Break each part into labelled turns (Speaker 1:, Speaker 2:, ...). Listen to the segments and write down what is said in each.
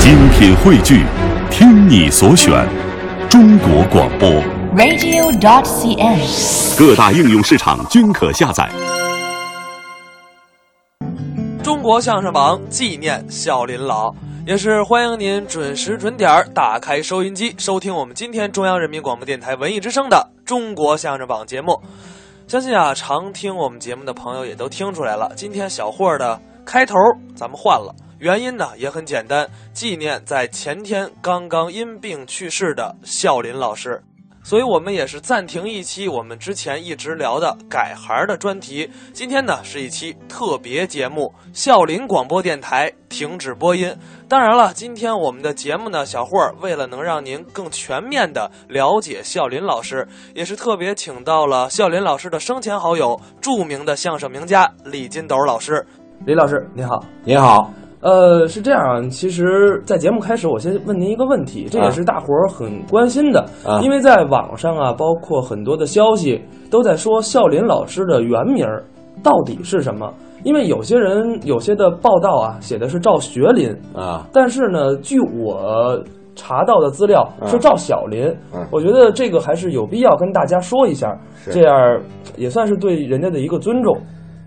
Speaker 1: 精品汇聚，听你所选，中国广播。
Speaker 2: radio.cn。
Speaker 1: 各大应用市场均可下载。
Speaker 3: 中国相声榜纪念笑林老，也是欢迎您准时准点儿打开收音机，收听我们今天中央人民广播电台文艺之声的《中国相声榜》节目。相信啊，常听我们节目的朋友也都听出来了，今天小霍儿的开头咱们换了，原因呢也很简单，纪念在前天刚刚因病去世的笑林老师。所以我们也是暂停一期我们之前一直聊的改行的专题。今天呢是一期特别节目，孝林广播电台停止播音。当然了，今天我们的节目呢，小霍儿为了能让您更全面的了解孝林老师，也是特别请到了孝林老师的生前好友，著名的相声名家李金斗老师。李老师，你好。啊
Speaker 4: 您好，
Speaker 3: 呃，是这样啊，其实，在节目开始，我先问您一个问题，这也是大伙儿很关心的，
Speaker 4: 啊
Speaker 3: 因为在网上啊，包括很多的消息都在说笑林老师的原名儿到底是什么？因为有些人有些的报道啊，写的是赵学林，
Speaker 4: 啊，
Speaker 3: 但是呢，据我查到的资料
Speaker 4: 嗯
Speaker 3: 是赵小林，
Speaker 4: 嗯
Speaker 3: 我觉得这个还是有必要跟大家说一下，
Speaker 4: 是
Speaker 3: 这样也算是对人家的一个尊重。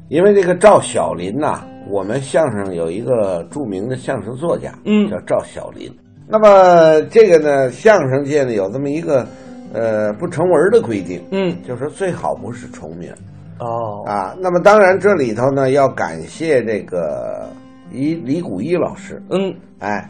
Speaker 4: 因为这个赵小林呐、我们相声有一个著名的相声作家，
Speaker 3: 嗯
Speaker 4: 叫赵小林。那么这个呢，相声界呢有这么一个呃不成文的规定，
Speaker 3: 嗯，
Speaker 4: 就是最好不是重名
Speaker 3: 哦，
Speaker 4: 啊。那么当然这里头呢要感谢这个一李谷一老师，
Speaker 3: 嗯
Speaker 4: 哎，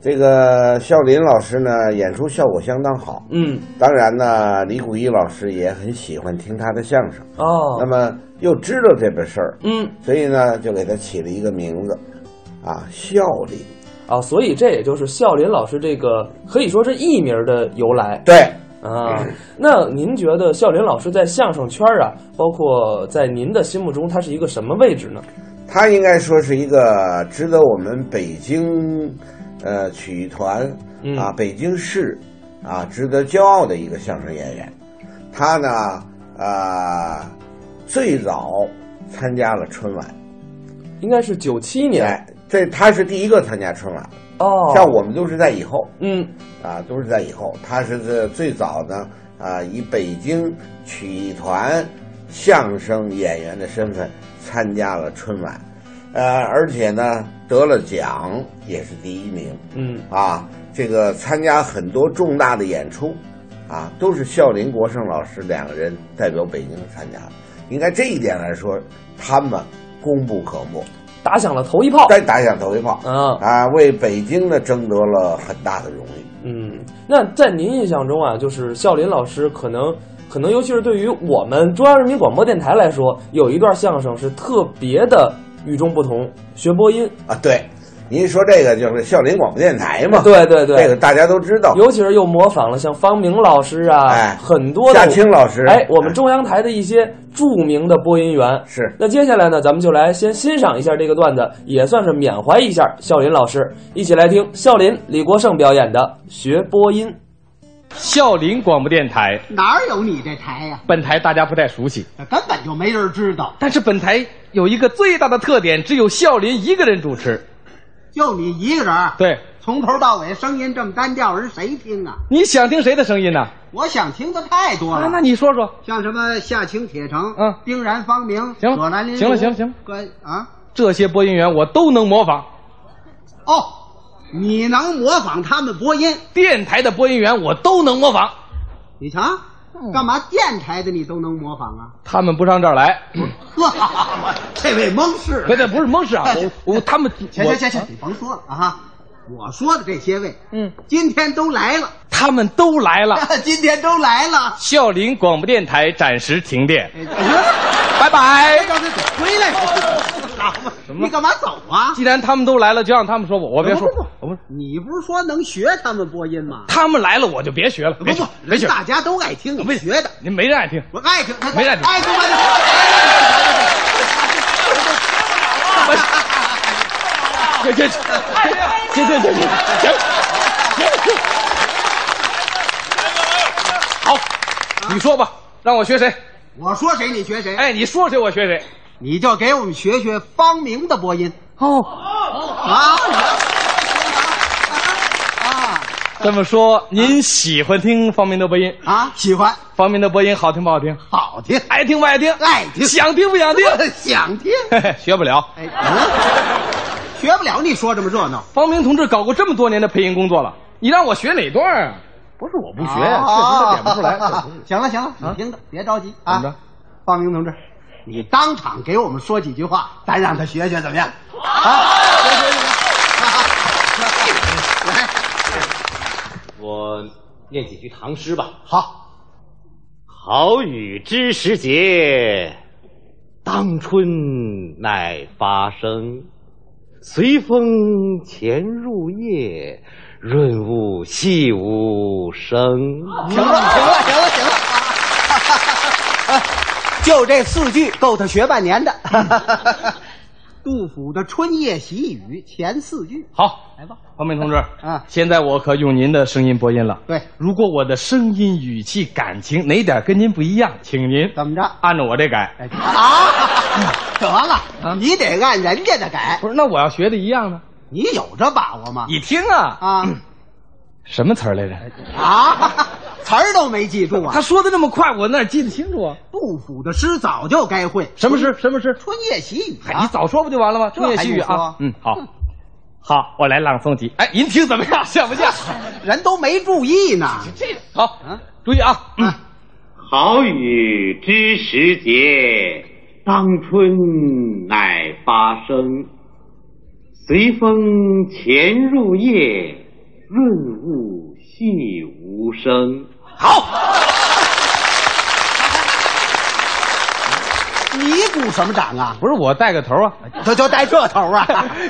Speaker 4: 这个笑林老师呢演出效果相当好。
Speaker 3: 嗯，
Speaker 4: 当然呢，李谷一老师也很喜欢听他的相声，
Speaker 3: 哦，
Speaker 4: 那么又知道这个事儿，
Speaker 3: 嗯。
Speaker 4: 所以呢，就给他起了一个名字，啊，孝林。
Speaker 3: 啊，所以这也就是孝林老师这个可以说是艺名的由来
Speaker 4: 对，
Speaker 3: 啊。
Speaker 4: 嗯
Speaker 3: 那您觉得孝林老师在相声圈啊，包括在您的心目中，他是一个什么位置呢？
Speaker 4: 他应该说是一个值得我们北京，呃，曲艺团
Speaker 3: 嗯
Speaker 4: 啊，北京市啊，值得骄傲的一个相声演员。他呢，啊、最早参加了春晚，
Speaker 3: 应该是九七年
Speaker 4: 哎，这他是第一个参加春晚，
Speaker 3: 哦，
Speaker 4: 像我们都是在以后。
Speaker 3: 嗯
Speaker 4: 啊，都是在以后。他是这最早呢啊，以北京曲艺团相声演员的身份参加了春晚，呃，而且呢得了奖，也是第一名
Speaker 3: 嗯
Speaker 4: 啊。这个参加很多重大的演出，啊，都是孝林、国胜老师两个人代表北京参加的。应该这一点来说，他们功不可没，
Speaker 3: 打响了头一炮。
Speaker 4: 再打响头一炮
Speaker 3: 啊，
Speaker 4: 啊，为北京呢争得了很大的荣誉。
Speaker 3: 嗯，那在您印象中啊，就是孝林老师可能。可能，尤其是对于我们中央人民广播电台来说，有一段相声是特别的与众不同，学播音。
Speaker 4: 啊，对，您说这个就是孝林广播电台嘛，
Speaker 3: 对对对，
Speaker 4: 啊这个大家都知道，
Speaker 3: 尤其是又模仿了像方明老师啊，
Speaker 4: 哎
Speaker 3: 很多的
Speaker 4: 夏青老师，
Speaker 3: 哎，我们中央台的一些著名的播音员。
Speaker 4: 是
Speaker 3: 那接下来呢，咱们就来先欣赏一下这个段子，也算是缅怀一下孝林老师，一起来听孝林李国盛表演的《学播音》。
Speaker 5: 孝林广播电台，
Speaker 6: 哪儿有你这台呀、
Speaker 5: 本台大家不太熟悉，
Speaker 6: 根本就没人知道，
Speaker 5: 但是本台有一个最大的特点，只有孝林一个人主持。
Speaker 6: 就你一个人儿，
Speaker 5: 对，
Speaker 6: 从头到尾声音这么单调，人谁听啊？
Speaker 5: 你想听谁的声音呢？
Speaker 6: 我想听的太多了。
Speaker 5: 啊，那你说说，
Speaker 6: 像什么夏青、铁城、
Speaker 5: 嗯
Speaker 6: 丁然、方明、
Speaker 5: 行了
Speaker 6: 左南林如，
Speaker 5: 行了行了行了
Speaker 6: 关啊，
Speaker 5: 这些播音员我都能模仿，
Speaker 6: 哦，你能模仿他们播音？
Speaker 5: 电台的播音员我都能模仿。
Speaker 6: 你瞧，
Speaker 5: 嗯
Speaker 6: 干嘛电台的你都能模仿啊？
Speaker 5: 他们不上这儿 来，
Speaker 6: 呵，我这位蒙氏，
Speaker 5: 不对，不是蒙氏啊，我我他们，
Speaker 6: 哎行
Speaker 5: 我
Speaker 6: 行行行，你甭说了啊哈，我说的这些位，
Speaker 5: 嗯，
Speaker 6: 今天都来了，
Speaker 5: 他们都来了。
Speaker 6: 今天都来了。
Speaker 5: 孝林广播电台暂时停电，
Speaker 6: 哎哎
Speaker 5: 拜拜。
Speaker 6: 让他走回来！好嘛，你干嘛走啊？
Speaker 5: 既然他们都来了，就让他们说我，我别说，我不是，
Speaker 6: 你不是说能学他们播音吗？
Speaker 5: 他们来了我就别学了，
Speaker 6: 不
Speaker 5: 别学
Speaker 6: 不，，
Speaker 5: 别
Speaker 6: 人
Speaker 5: 学，
Speaker 6: 大家都爱听，你学的，
Speaker 5: 您没人爱听。
Speaker 6: 我爱听，
Speaker 5: 没让你
Speaker 6: 爱听吗？
Speaker 5: 这这这这这这这，好，你说吧，让我学谁？
Speaker 6: 我说谁你学谁，
Speaker 5: 哎，你说谁我学谁。
Speaker 6: 你就给我们学学方明的播音
Speaker 5: 哦，
Speaker 6: 啊！
Speaker 5: 这么说，您喜欢听方明德播音？
Speaker 6: 啊，喜欢，
Speaker 5: 方明德播音好听不好听？
Speaker 6: 好听，
Speaker 5: 爱听不爱听？
Speaker 6: 爱听
Speaker 5: 想听不想听？
Speaker 6: 想听。
Speaker 5: 嘿嘿，学不了。
Speaker 6: 哎，嗯，学不了，你说这么热闹，
Speaker 5: 方明同志搞过这么多年的配音工作了，你让我学哪段啊？不是我不学，确实是点不出来。确实是
Speaker 6: 行了行了，你听着，别着急啊。
Speaker 5: 怎么着
Speaker 6: 方明同志，你当场给我们说几句话，咱让他学学怎么样？啊， 学学学学。来，
Speaker 2: 我念几句唐诗吧。
Speaker 6: 好，
Speaker 2: 好雨知时节，当春乃发生。随风潜入夜，润物细无声。
Speaker 6: 停了，停了，停了，停了。
Speaker 5: 哎
Speaker 6: 就这四句够他学半年的。 杜甫的《春夜喜雨》前四句，
Speaker 5: 好，
Speaker 6: 来吧。
Speaker 5: 方明同志
Speaker 6: 啊
Speaker 5: 现在我可用您的声音播音了。
Speaker 6: 对
Speaker 5: 如果我的声音、语气、感情哪点跟您不一样，请您
Speaker 6: 怎么着
Speaker 5: 按照我这改。
Speaker 6: 哎啊， 得了，你得按人家的改，
Speaker 5: 不是，那我要学的一样呢？
Speaker 6: 你有这把握吗？
Speaker 5: 你听啊，
Speaker 6: 啊
Speaker 5: 什么词儿来着？
Speaker 6: 啊， 词儿都没记住啊
Speaker 5: 他！说的那么快，我哪记得清楚啊？
Speaker 6: 杜甫的诗早就该会，
Speaker 5: 什么诗？什么诗？
Speaker 6: 《春夜喜雨》
Speaker 5: 嗨，
Speaker 6: 啊
Speaker 5: 你早说不就完了吗？
Speaker 6: 这
Speaker 5: 春夜细雨
Speaker 6: 还用
Speaker 5: 啊
Speaker 6: 说，
Speaker 5: 嗯，好，好，我来朗诵几，哎，您听怎么样？像不像？
Speaker 6: 人都没注意呢。
Speaker 5: 好
Speaker 6: 啊，
Speaker 5: 注意啊，嗯
Speaker 2: 好雨知时节，当春乃发生。随风潜入夜，润物细无声。
Speaker 6: 你鼓什么掌啊？
Speaker 5: 不是我带个头啊，
Speaker 6: 就就带这头 啊？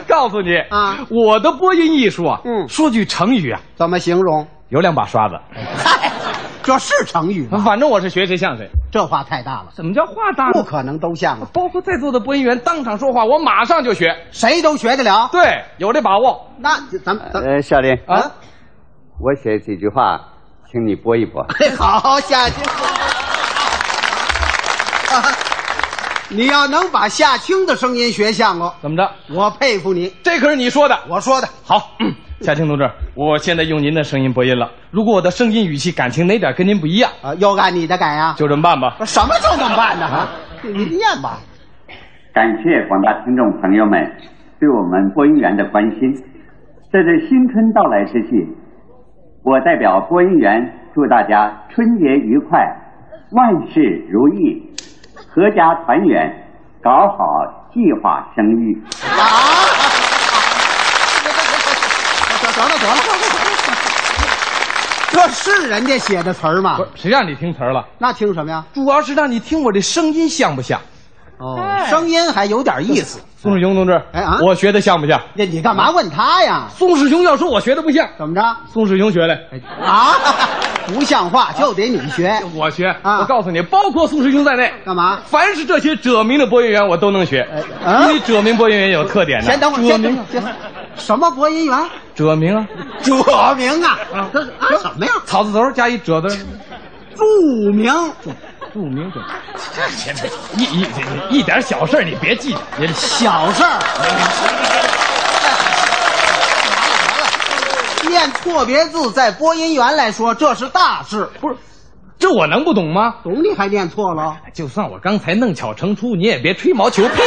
Speaker 5: 告诉你
Speaker 6: 啊
Speaker 5: 我的播音艺术啊，
Speaker 6: 嗯
Speaker 5: 说句成语啊，
Speaker 6: 怎么形 容？
Speaker 5: 有两把刷子，
Speaker 6: 嗨，这是成语吗？
Speaker 5: 反正我是学谁像谁。
Speaker 6: 这话太大了，
Speaker 5: 怎么叫话大
Speaker 6: 不
Speaker 5: 呢？
Speaker 6: 可能都像啊，
Speaker 5: 包括在座的播音员当场说话，我马上就学，
Speaker 6: 谁都学得了。
Speaker 5: 对，有这把握
Speaker 6: 那咱们咱们
Speaker 7: 呃，小林，
Speaker 5: 啊。
Speaker 7: 我写几句话，请你播一播。
Speaker 6: 嘿 好夏青。你要能把夏青的声音学像了，
Speaker 5: 怎么着？
Speaker 6: 我佩服你。
Speaker 5: 这可是你说的，
Speaker 6: 我说的
Speaker 5: 好，嗯夏青同志，我现在用您的声音播音了。如果我的声音、语气、感情哪点跟您不一样，
Speaker 6: 啊，又按你的改啊？
Speaker 5: 就这么办吧。
Speaker 6: 什么就这么办呢？啊你念吧。
Speaker 7: 感谢广大听众朋友们对我们播音员的关心。在这新春到来之际，我代表播音员祝大家春节愉快，万事如意，阖家团圆，搞好计划生育。
Speaker 6: 啊！得得了得了， 这是人家写的词儿吗
Speaker 5: 不？是，谁让你听词儿了？
Speaker 6: 那听什么呀？
Speaker 5: 主要是让你听我这声音像不像？
Speaker 6: 哦，声音还有点意思。
Speaker 5: 宋世雄同志，
Speaker 6: 哎啊
Speaker 5: 我学的像不像？
Speaker 6: 那你干嘛问他呀？
Speaker 5: 宋世雄要说我学的不像，
Speaker 6: 怎么着？
Speaker 5: 宋世雄学的，
Speaker 6: 啊， 不像话，就得你学。
Speaker 5: 我学。
Speaker 6: 啊
Speaker 5: 我告诉你，包括宋世雄在内，
Speaker 6: 干嘛？
Speaker 5: 凡是这些者名的播音员，我都能学。
Speaker 6: 啊
Speaker 5: 因为者名播音员有特点的。
Speaker 6: 先等会儿，
Speaker 5: 者
Speaker 6: 先等
Speaker 5: 名
Speaker 6: 会儿，，先等会儿什么播音员？
Speaker 5: 者名啊，
Speaker 6: 著名啊，这是啊什么呀？
Speaker 5: 草字头加一者字，
Speaker 6: 著名，
Speaker 5: 著名者。一一一点小事儿你别记着，别
Speaker 6: 小事儿。念错别字，在播音员来说，这是大事。
Speaker 5: 不是，这我能不懂吗？
Speaker 6: 懂你还念错了？
Speaker 5: 就算我刚才弄巧成拙，你也别吹毛求疵。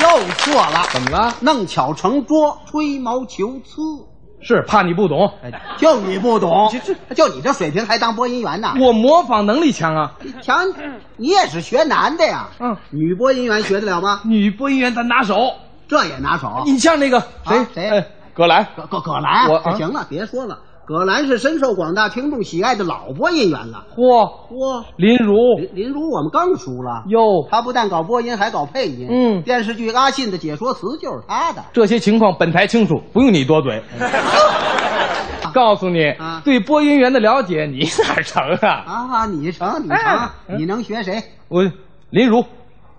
Speaker 6: 又错了，
Speaker 5: 怎么了？
Speaker 6: 弄巧成拙，吹毛求疵。
Speaker 5: 是怕你不懂，
Speaker 6: 就你不懂
Speaker 5: 这这，
Speaker 6: 就你这水平还当播音员呢？
Speaker 5: 我模仿能力强啊。
Speaker 6: 瞧，你也是学男的呀？
Speaker 5: 嗯，
Speaker 6: 女播音员学得了吗？
Speaker 5: 女播音员咱拿手，
Speaker 6: 这也拿手。
Speaker 5: 你像那个谁
Speaker 6: 啊谁
Speaker 5: 哎葛兰，
Speaker 6: 葛葛葛兰，
Speaker 5: 我啊
Speaker 6: 行了，别说了。葛兰是深受广大听众喜爱的老播音员了。
Speaker 5: 嚯，
Speaker 6: 嚯，
Speaker 5: 林如，
Speaker 6: 林林如我们更熟了。
Speaker 5: 哟，
Speaker 6: 他不但搞播音，还搞配音。
Speaker 5: 嗯
Speaker 6: 电视剧《阿信》的解说词就是他的。
Speaker 5: 这些情况本台清楚，不用你多嘴。告诉你
Speaker 6: 啊，
Speaker 5: 对播音员的了解你哪儿成啊？
Speaker 6: 啊，你成，你成
Speaker 5: 哎，
Speaker 6: 你能学谁？
Speaker 5: 我林如，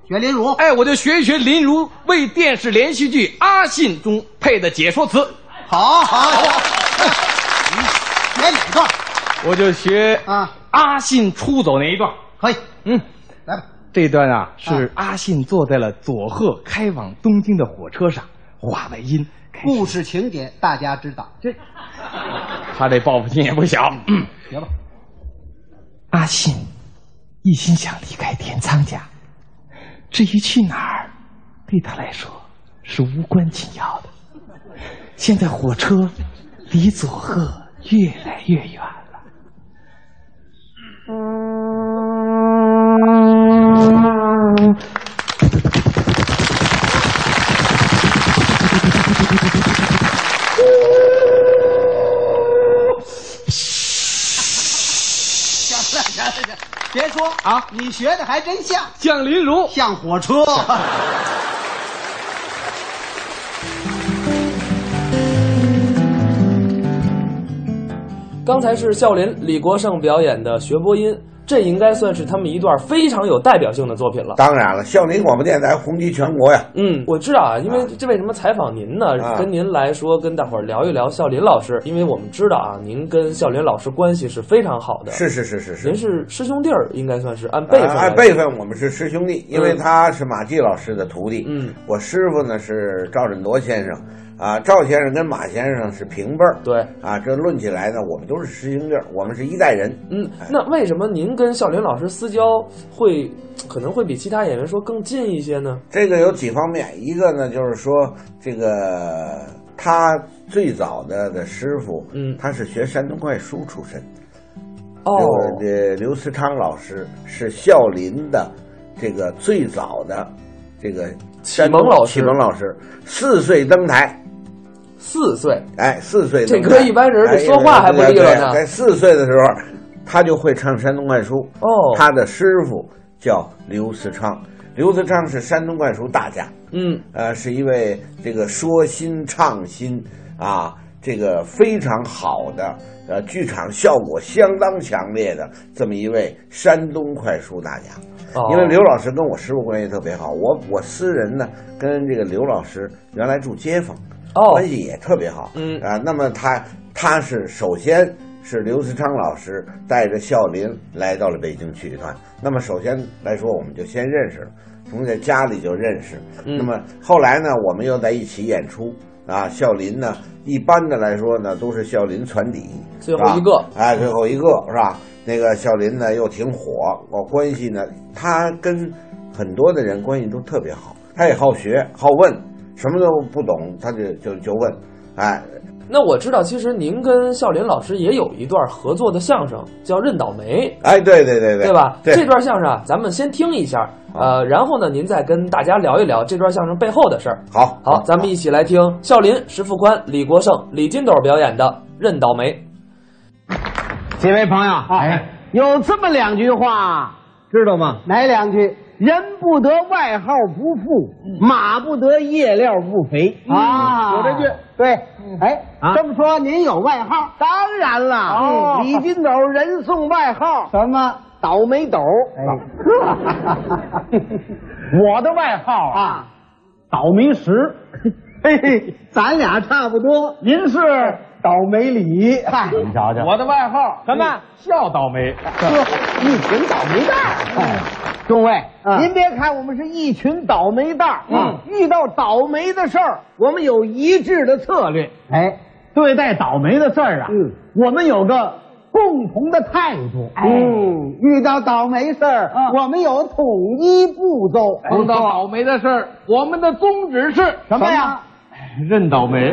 Speaker 6: 学林如。
Speaker 5: 哎，我就学一学林如为电视连续剧《阿信》中配的解说词，
Speaker 6: 好好好，学哪段
Speaker 5: 我就学
Speaker 6: 啊？
Speaker 5: 阿信出走那一段。
Speaker 6: 可以，
Speaker 5: 嗯，啊
Speaker 6: 来吧。
Speaker 5: 这段啊是阿信坐在了佐贺开往东京的火车上，话外音
Speaker 6: 故事情节大家知道，
Speaker 5: 这他这报复心也不 小。嗯
Speaker 6: 学吧。
Speaker 8: 阿信一心想离开田仓家，至于去哪儿，对他来说是无关紧要的。现在火车离佐贺越来越远了。
Speaker 6: 行了行了行了，别说啊，你学的还真像，
Speaker 5: 降临如
Speaker 6: 像火 车。
Speaker 3: 刚才是笑林、李国盛表演的学播音，这应该算是他们一段非常有代表性的作品了。
Speaker 4: 当然了，孝林广播电台红极全国呀。
Speaker 3: 嗯，我知道啊，因为这为什么采访您呢？
Speaker 4: 啊
Speaker 3: 跟您来说，跟大伙儿聊一聊笑林老师，因为我们知道啊，您跟笑林老师关系是非常好的，
Speaker 4: 是是是是是
Speaker 3: 您。是师兄弟儿，应该算是按辈分
Speaker 4: 啊
Speaker 3: 来
Speaker 4: 按
Speaker 3: 说
Speaker 4: 辈分，我们是师兄弟，因为
Speaker 3: 嗯
Speaker 4: 他是马季老师的徒弟，
Speaker 3: 嗯，
Speaker 4: 我师傅呢是赵振铎先生，啊，赵先生跟马先生是平辈儿，
Speaker 3: 对。
Speaker 4: 啊，这论起来呢，我们都是师兄弟儿，我们是一代人，
Speaker 3: 嗯，那为什么您跟笑林老师私交会可能会比其他演员说更近一些呢？
Speaker 4: 这个有几方面，一个呢就是说，这个他最早的的师傅，
Speaker 3: 嗯
Speaker 4: 他是学山东快书出身，
Speaker 3: 哦，
Speaker 4: 呃，刘思昌老师是孝林的这个最早的这个山东
Speaker 3: 启蒙老师
Speaker 4: 启蒙老师四岁登台，
Speaker 3: 四岁，
Speaker 4: 哎，四岁
Speaker 3: 这
Speaker 4: 登台
Speaker 3: 搁一般人这
Speaker 4: 哎
Speaker 3: 说话还不利落呢
Speaker 4: 对在四岁的时候，他就会唱山东快书，
Speaker 3: 哦
Speaker 4: 他的师傅叫刘思昌，刘思昌是山东快书大家。
Speaker 3: 嗯，
Speaker 4: 呃，是一位这个说新唱新啊，这个非常好的呃剧场效果相当强烈的这么一位山东快书大家。
Speaker 3: 哦
Speaker 4: 因为刘老师跟我师傅关系特别好，我我私人呢跟这个刘老师原来住街坊，
Speaker 3: 哦
Speaker 4: 关系也特别好。
Speaker 3: 嗯
Speaker 4: 啊，那么他他是首先是刘思昌老师带着孝林来到了北京曲艺团。那么首先来说，我们就先认识了，从在家里就认识。
Speaker 3: 嗯
Speaker 4: 那么后来呢，我们又在一起演出。啊，孝林呢，一般的来说呢，都是孝林传底，
Speaker 3: 最后一个
Speaker 4: 是吧哎，最后一个是吧？那个孝林呢又挺火，我关系呢，他跟很多的人关系都特别好，他也好学好问，什么都不懂他就就就问，哎，
Speaker 3: 那我知道，其实您跟笑林老师也有一段合作的相声，叫《认倒霉》，
Speaker 4: 哎，对对对对，
Speaker 3: 对吧？
Speaker 4: 对
Speaker 3: 这段相声啊，咱们先听一下，呃，然后呢，您再跟大家聊一聊这段相声背后的事儿。
Speaker 4: 好
Speaker 3: 好，咱们一起来听笑林、石富宽、李国盛、李金斗表演的《认倒霉》。
Speaker 6: 几位朋友，
Speaker 8: 哎，
Speaker 6: 有这么两句话，
Speaker 5: 知道吗？
Speaker 6: 哪两句？人不得外号不富，
Speaker 5: 嗯
Speaker 6: 马不得夜料不肥啊！有这句，对，
Speaker 5: 嗯
Speaker 6: 哎，
Speaker 5: 啊
Speaker 6: 这么说您有外号？当然了，哦，李金斗人送外号什么？倒霉斗。
Speaker 5: 哎 我的外号
Speaker 6: 啊，
Speaker 5: 倒霉石。
Speaker 6: 嘿嘿，咱俩差不多。
Speaker 5: 您是
Speaker 6: 倒霉李，嗨，
Speaker 5: 瞧瞧，我的外号什么？笑倒霉。
Speaker 6: 一群倒霉蛋儿。诸位，
Speaker 8: 嗯
Speaker 6: 您别看我们是一群倒霉蛋儿，嗯，遇到倒霉的事儿，我们有一致的策略。哎，
Speaker 5: 对待倒霉的事儿啊，
Speaker 6: 嗯
Speaker 5: 我们有个共同的态度。
Speaker 8: 哎
Speaker 6: 嗯，遇到倒霉事儿，我们有统一步骤。
Speaker 5: 碰到倒霉的事儿，我们的宗旨是什
Speaker 6: 么呀？
Speaker 5: 认倒霉。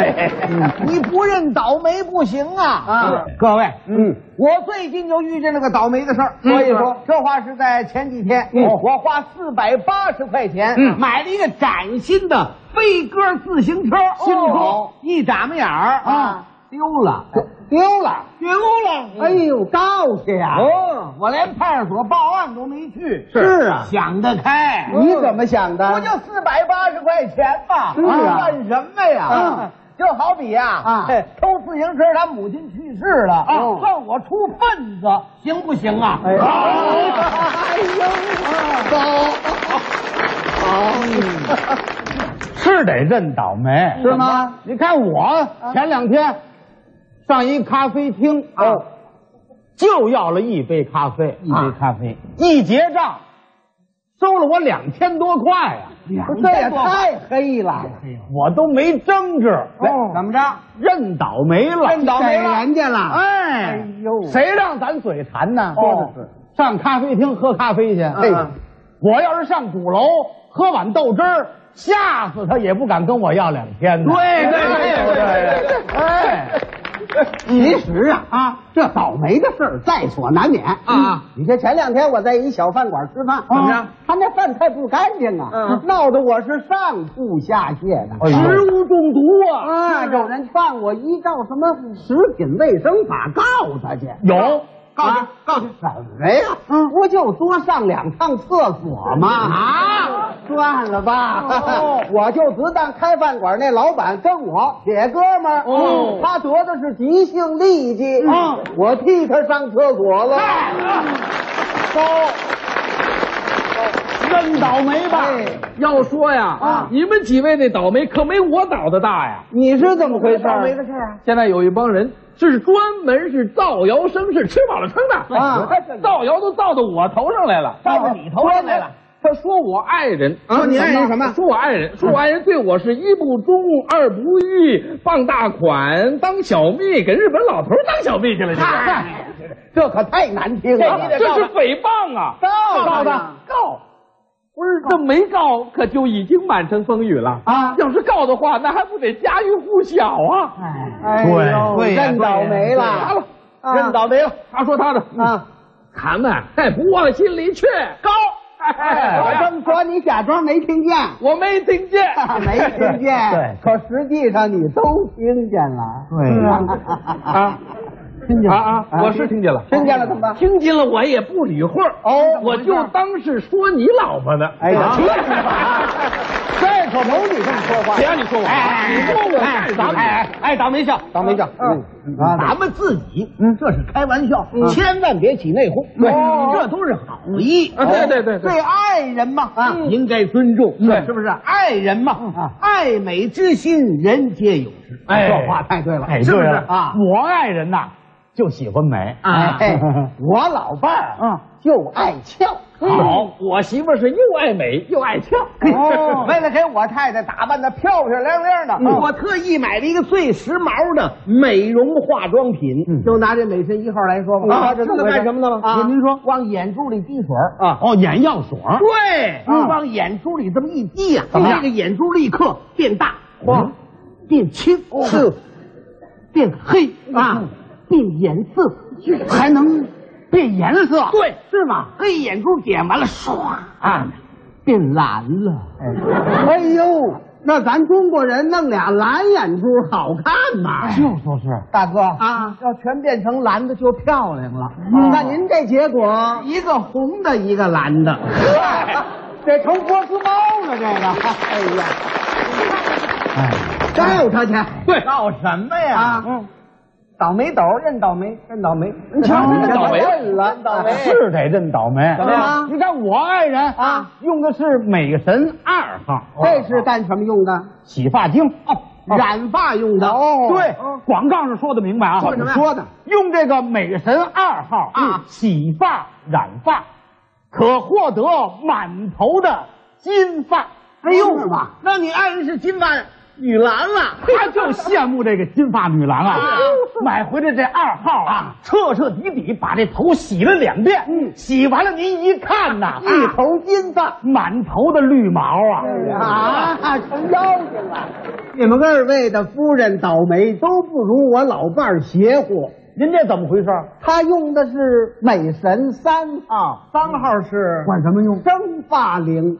Speaker 6: 你不认倒霉不行啊！啊，各位，嗯，我最近就遇见了个倒霉的事儿，所以说这话是在前几天，我花四百八十块钱买了一个崭新的飞鸽自行车，新车一眨没眼儿哦啊。丢了，丢了，丢了！哎呦，告去呀！哦，我连派出所报案都没去。是啊，想得开。你怎么想的？不就四百八十块钱吗？是啊，干什么呀？就好比呀、啊，偷自行车，他母亲去世了，啊，算我出份子，行不行啊？哎啊呦，
Speaker 5: 是得认倒霉，
Speaker 6: 是吗？
Speaker 5: 你看我
Speaker 6: 啊
Speaker 5: 前两天上一咖啡厅啊，
Speaker 6: 哦
Speaker 9: 啊
Speaker 5: 就要了一杯咖啡，一杯咖啡，一结账
Speaker 9: 收了我两千多块呀、
Speaker 6: 两千
Speaker 9: 这
Speaker 6: 多哎
Speaker 9: 也太黑了，我都没争执，
Speaker 6: 怎么着？
Speaker 9: 认倒霉了，
Speaker 6: 哦认倒霉了
Speaker 9: 给人家了，哎，
Speaker 6: 哎呦
Speaker 9: 谁让咱嘴馋呢？
Speaker 6: 说的是
Speaker 9: 哦上咖啡厅喝咖啡去，嘿
Speaker 6: 嗯
Speaker 9: 我要是上鼓楼喝碗豆汁儿，吓死他也不敢跟我要两千呢。
Speaker 6: 对对对对对对对
Speaker 9: 哎，
Speaker 6: 哎其实啊啊，这倒霉的事儿在所难免啊。哦你看前两天我在一小饭馆吃饭，怎么着？他那饭菜不干净啊，闹得我是上吐下泻的，食物中毒啊！啊，有人劝我依照什么食品卫生法告他去，
Speaker 9: 有
Speaker 6: 告他告他啊怎么呀？
Speaker 9: 嗯
Speaker 6: 不就多上两趟厕所吗？啊，算了吧，
Speaker 9: 哦
Speaker 6: 我就只当开饭馆那老板跟我铁哥们儿，
Speaker 9: 哦
Speaker 6: 嗯他得的是急性痢疾，
Speaker 9: 嗯
Speaker 6: 我替他上厕所了。
Speaker 9: 认倒霉吧。
Speaker 6: 哎
Speaker 5: 要说呀，
Speaker 6: 啊
Speaker 5: 你们几位那倒霉可没我倒的大呀。
Speaker 6: 你是怎么回事儿？
Speaker 9: 事啊，
Speaker 5: 现在有一帮人是专门是造谣生事，吃饱了撑的
Speaker 6: 啊
Speaker 5: 造谣都造到我头上来了，
Speaker 9: 到你头上来了。
Speaker 5: 他说我爱人啊，
Speaker 6: 说你爱人什么
Speaker 5: 说我爱人，说我爱人对我是一不忠，二不义，傍大款，当小蜜，给日本老头当小蜜去了，这
Speaker 6: 嗨
Speaker 5: 是，
Speaker 6: 这可太难听
Speaker 5: 啊
Speaker 6: 了。
Speaker 5: 这是诽谤啊！
Speaker 6: 告
Speaker 5: 告
Speaker 6: 他
Speaker 5: 他告，不是这没告可就已经满城风雨了
Speaker 6: 啊
Speaker 5: 要是告的话，那还不得家喻户晓啊？
Speaker 6: 哎呦，认倒霉
Speaker 5: 完
Speaker 6: 了
Speaker 5: 了，，
Speaker 6: 啊
Speaker 5: 啊认倒霉了。嗯他说他的
Speaker 6: 啊！
Speaker 5: 咱们哎不往心里去，告。哎，
Speaker 6: 我这
Speaker 5: 我
Speaker 6: 么说，你假装没听 见。
Speaker 5: 我没听见，
Speaker 6: 没听见，
Speaker 5: 对
Speaker 6: 可实际上你都听见了。
Speaker 9: 哎
Speaker 6: 对
Speaker 5: 啊，听见啊啊！我是听见了，
Speaker 6: 听见了怎么办？
Speaker 5: 听见了，我也不理会儿
Speaker 6: 哦
Speaker 5: 我就当是说你老婆呢。
Speaker 6: 哎呀，
Speaker 5: 啊
Speaker 6: 这 这可不是你这么说话。
Speaker 5: 谁让你说我？你说我干什么？哎哎，当没笑，当没笑。
Speaker 6: 啊，
Speaker 9: 嗯咱们自己，嗯，这是开玩笑，千万别起内讧。对，这都是好意。
Speaker 5: 啊对对对对
Speaker 9: 对爱人嘛，啊，嗯应该尊重，是不是？爱人嘛，爱美之心，人皆有之。
Speaker 5: 哎
Speaker 9: 这话太对了，
Speaker 5: 哎
Speaker 9: 是不是
Speaker 5: 对了
Speaker 9: 啊？我爱人呐，就喜欢美。
Speaker 5: 啊
Speaker 6: 哎， 我老伴儿啊就爱俏，
Speaker 9: 嗯
Speaker 5: 好，我媳妇儿是又爱美又爱跳。
Speaker 9: 哦，嗯为了给我太太打扮的漂漂亮亮的，
Speaker 5: 嗯
Speaker 9: 哦我特意买了一个最时髦的美容化妆品。
Speaker 5: 嗯
Speaker 6: 就拿这美身一号来说吧，
Speaker 9: 啊，
Speaker 6: 这
Speaker 9: 知道干什么的吗？
Speaker 6: 啊，
Speaker 9: 您说
Speaker 6: 往眼珠里滴水儿
Speaker 9: 啊？哦，眼药水。对，
Speaker 6: 啊
Speaker 9: 往眼珠里这么一滴呀，哎
Speaker 6: 怎么样嗯
Speaker 9: 这个眼珠立刻变大，
Speaker 6: 哇，
Speaker 9: 变青，
Speaker 6: 哦
Speaker 9: 是变黑
Speaker 6: 嗯
Speaker 9: 啊，变颜色，还能变颜色。对，是吗？黑眼珠点完了，唰啊，变蓝了。
Speaker 6: 哎呦，那咱中国人弄俩蓝眼珠好看
Speaker 9: 哎
Speaker 6: 吗？就说是大哥啊，要全变成蓝的就漂亮了。
Speaker 9: 嗯
Speaker 6: 那您这结果，一个红的，一个蓝的， 这成波斯猫了，这个。 哎呀， 哎，告他去。
Speaker 5: 对，
Speaker 9: 闹什么呀
Speaker 6: 啊，嗯，倒霉斗认倒霉，认倒霉，你
Speaker 5: 瞧认倒霉
Speaker 6: 认了，啊倒霉
Speaker 9: 是得认倒霉。啊
Speaker 6: 怎么样
Speaker 9: 你看我爱人
Speaker 6: 啊，
Speaker 9: 用的是美神二号，
Speaker 6: 这是干什么用的？
Speaker 9: 洗发精。哦，
Speaker 6: 染发用的。
Speaker 9: 对，广告上说的明白啊，
Speaker 6: 哦说什么呀说的？
Speaker 9: 用这个美神二号
Speaker 6: 啊
Speaker 9: 洗发染发，可获得满头的金发。
Speaker 6: 哎呦是吧
Speaker 9: 那你爱人是金发女郎啊？他就羡慕这个金发女郎啊，买回来这二号啊，彻彻底底把这头洗了两遍。洗完了您一看呐，
Speaker 6: 一头金发
Speaker 9: 满头的绿毛啊！
Speaker 6: 哎啊，成妖精了！你们二位的夫人倒霉都不如我老伴儿邪乎，
Speaker 9: 您这怎么回事？
Speaker 6: 他用的是美神三号，
Speaker 9: 三号是
Speaker 6: 管什么用？生发灵。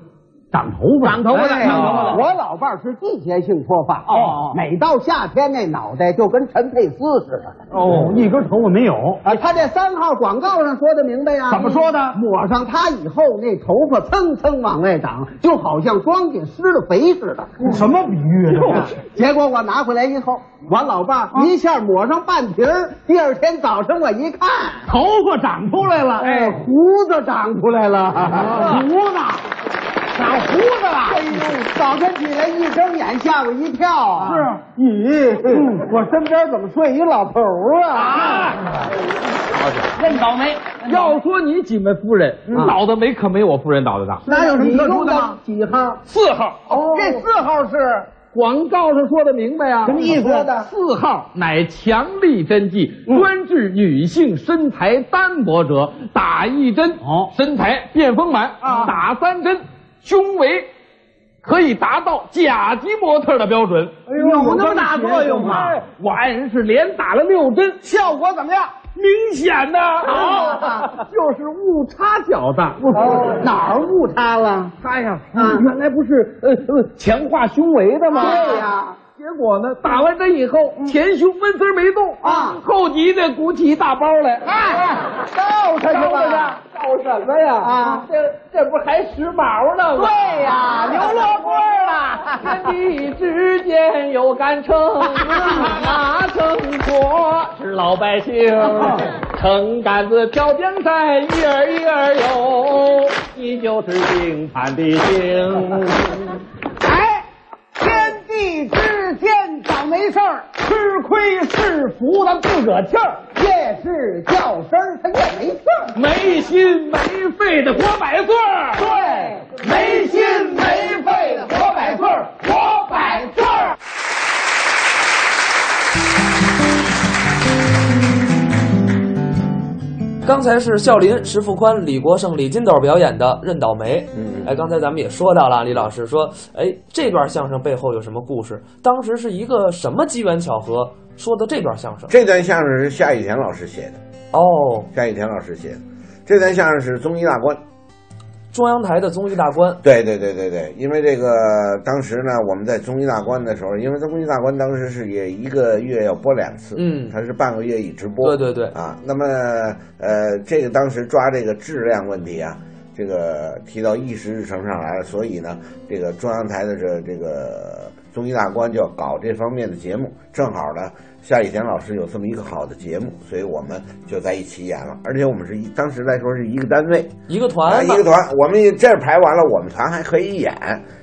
Speaker 9: 长头发，长头
Speaker 6: 哎呀我老伴儿是季节性脱发
Speaker 9: 哦
Speaker 6: 每到夏天那脑袋就跟陈佩斯似的
Speaker 9: 哦，一根头发没有。
Speaker 6: 啊。他这三号广告上说的明白呀、
Speaker 9: 怎么说的
Speaker 6: 抹上它以后，那头发蹭蹭往外长，就好像庄稼施了肥似的。
Speaker 9: 什么比喻啊？
Speaker 6: 结果我拿回来以后，我老伴
Speaker 9: 哦
Speaker 6: 儿一下抹上半瓶儿，第二天早晨我一看，
Speaker 9: 头发长出来了，哎
Speaker 6: 哎，啊胡子长出来了，胡子长胡子了。
Speaker 9: 啊
Speaker 6: 哎呦，早晨起来一睁眼，吓我一跳啊！
Speaker 10: 嗯
Speaker 6: 是，咦，我身边怎么睡一老头儿啊？
Speaker 5: 认倒霉。要说你几位夫人
Speaker 9: 嗯
Speaker 5: 脑袋没可没我夫人脑袋大，
Speaker 10: 那有什么特殊的吗？几号？
Speaker 5: 四号
Speaker 10: 哦，这四号是
Speaker 5: 广告上说的明白啊，
Speaker 10: 什么意思
Speaker 5: 四号乃强力针剂，专治女性身材单薄者，打一针，哦，身材变丰满；
Speaker 10: 啊
Speaker 5: 打三针，胸围可以达到甲级模特的标准。
Speaker 10: 哎呦有那么大作用吗？
Speaker 5: 哎我爱人是连打了六针，
Speaker 10: 效果怎么样？
Speaker 5: 明显的
Speaker 10: 好，
Speaker 5: 就是误差较大。
Speaker 10: 哦哪儿误差了？
Speaker 5: 他哎呀，
Speaker 10: 啊
Speaker 5: 原来不是呃呃强化胸围的吗？
Speaker 10: 对呀，
Speaker 5: 结果呢，打完针以后，前胸纹丝儿没动
Speaker 10: 啊
Speaker 5: 后脊呢鼓起一大包来。
Speaker 10: 哎，告他去吧。
Speaker 5: 照什么呀？
Speaker 10: 啊
Speaker 5: 这这不还时髦呢吗？
Speaker 10: 对呀，刘罗锅 了。
Speaker 5: 天地之间有杆秤，拿秤砣是老百姓，
Speaker 10: 啊
Speaker 5: 秤杆子挑江山，一儿一儿有，你就是姓潘的姓。
Speaker 10: 哎，天地之间倒霉事儿，吃亏是福，咱自个儿气儿。越是叫声儿，他越没事儿。
Speaker 5: 没心没肺的活百岁儿。
Speaker 10: 对，没心没肺的活百岁儿，活百岁儿。
Speaker 3: 刚才是笑林、石富宽、李国盛、李金斗表演的《认倒霉》。
Speaker 4: 嗯
Speaker 3: 哎，刚才咱们也说到了，李老师说，哎，这段相声背后有什么故事？当时是一个什么机缘巧合说的这段相声？
Speaker 4: 这段相声是夏雨田老师写的，
Speaker 3: 哦，
Speaker 4: 夏雨田老师写的。这段相声是综艺大观，
Speaker 3: 中央台的综艺大观。
Speaker 4: 对对对对对，因为这个当时呢，我们在综艺大观的时候，因为在综艺大观当时是也一个月要播两次，
Speaker 3: 嗯
Speaker 4: 它是半个月一直播，
Speaker 3: 对对对，
Speaker 4: 啊，那么呃，这个当时抓这个质量问题啊，这个提到议事日程上来了，所以呢，这个中央台的这这个综艺大观就要搞这方面的节目，正好呢，夏雨田老师有这么一个好的节目，所以我们就在一起演了，而且我们是一当时来说是一个单位，
Speaker 3: 一个
Speaker 4: 啊，
Speaker 3: 团
Speaker 4: 一
Speaker 3: 嘛
Speaker 4: 个团，我们这儿排完了，我们团还可以演，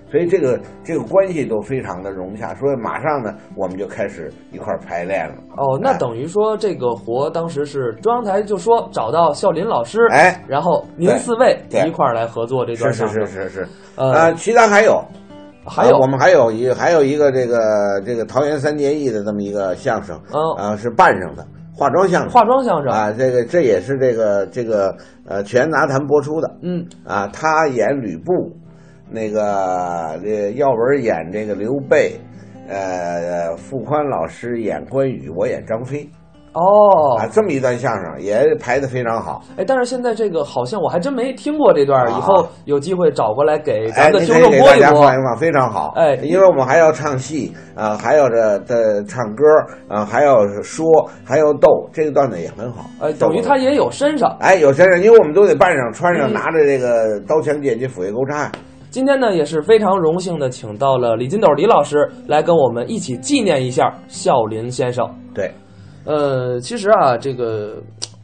Speaker 4: 所以这个这个关系都非常的融洽，所以马上呢，我们就开始一块儿排练了。
Speaker 3: 哦，那等于说这个活当时是中央台就说找到笑林老师，
Speaker 4: 哎，
Speaker 3: 然后您
Speaker 4: 对
Speaker 3: 四位
Speaker 4: 对
Speaker 3: 一块儿来合作这
Speaker 4: 是
Speaker 3: 段
Speaker 4: 是
Speaker 3: 相声。
Speaker 4: 是是是，啊
Speaker 3: 呃，
Speaker 4: 其他还有，
Speaker 3: 还有
Speaker 4: 啊我们还有一个还有一个这个这个桃园三结义的这么一个相声，
Speaker 3: 哦
Speaker 4: 啊是扮上的化妆相声，
Speaker 3: 化妆相声。
Speaker 4: 啊，这个这也是这个这个呃全拿坛播出的，
Speaker 3: 嗯，
Speaker 4: 啊，他演吕布，那个这耀文演这个刘备，呃，傅宽老师演关羽，我演张飞，
Speaker 3: 哦
Speaker 4: 啊，，这么一段相声也排得非常好。
Speaker 3: 哎，但是现在这个好像我还真没听过这段儿，
Speaker 4: 啊
Speaker 3: 以后有机会找过来给咱
Speaker 4: 哎，
Speaker 3: 们的
Speaker 4: 你
Speaker 3: 听
Speaker 4: 可以
Speaker 3: 众
Speaker 4: 给
Speaker 3: 播
Speaker 4: 大
Speaker 3: 一
Speaker 4: 家
Speaker 3: 播
Speaker 4: 放。一放，非常好。
Speaker 3: 啊哎
Speaker 4: 因为我们还要唱戏啊、还有这这唱歌啊、还要说，还要逗，这个段子也很好。
Speaker 3: 哎，等于
Speaker 4: 逗
Speaker 3: 他也有身上。
Speaker 4: 哎，有身上，因为我们都得扮上、穿上，
Speaker 3: 嗯
Speaker 4: 拿着这个刀枪剑戟斧钺钩叉呀。
Speaker 3: 今天呢，也是非常荣幸的，请到了李金斗李老师来跟我们一起纪念一下笑林先生。
Speaker 4: 对，
Speaker 3: 呃，其实啊，这个，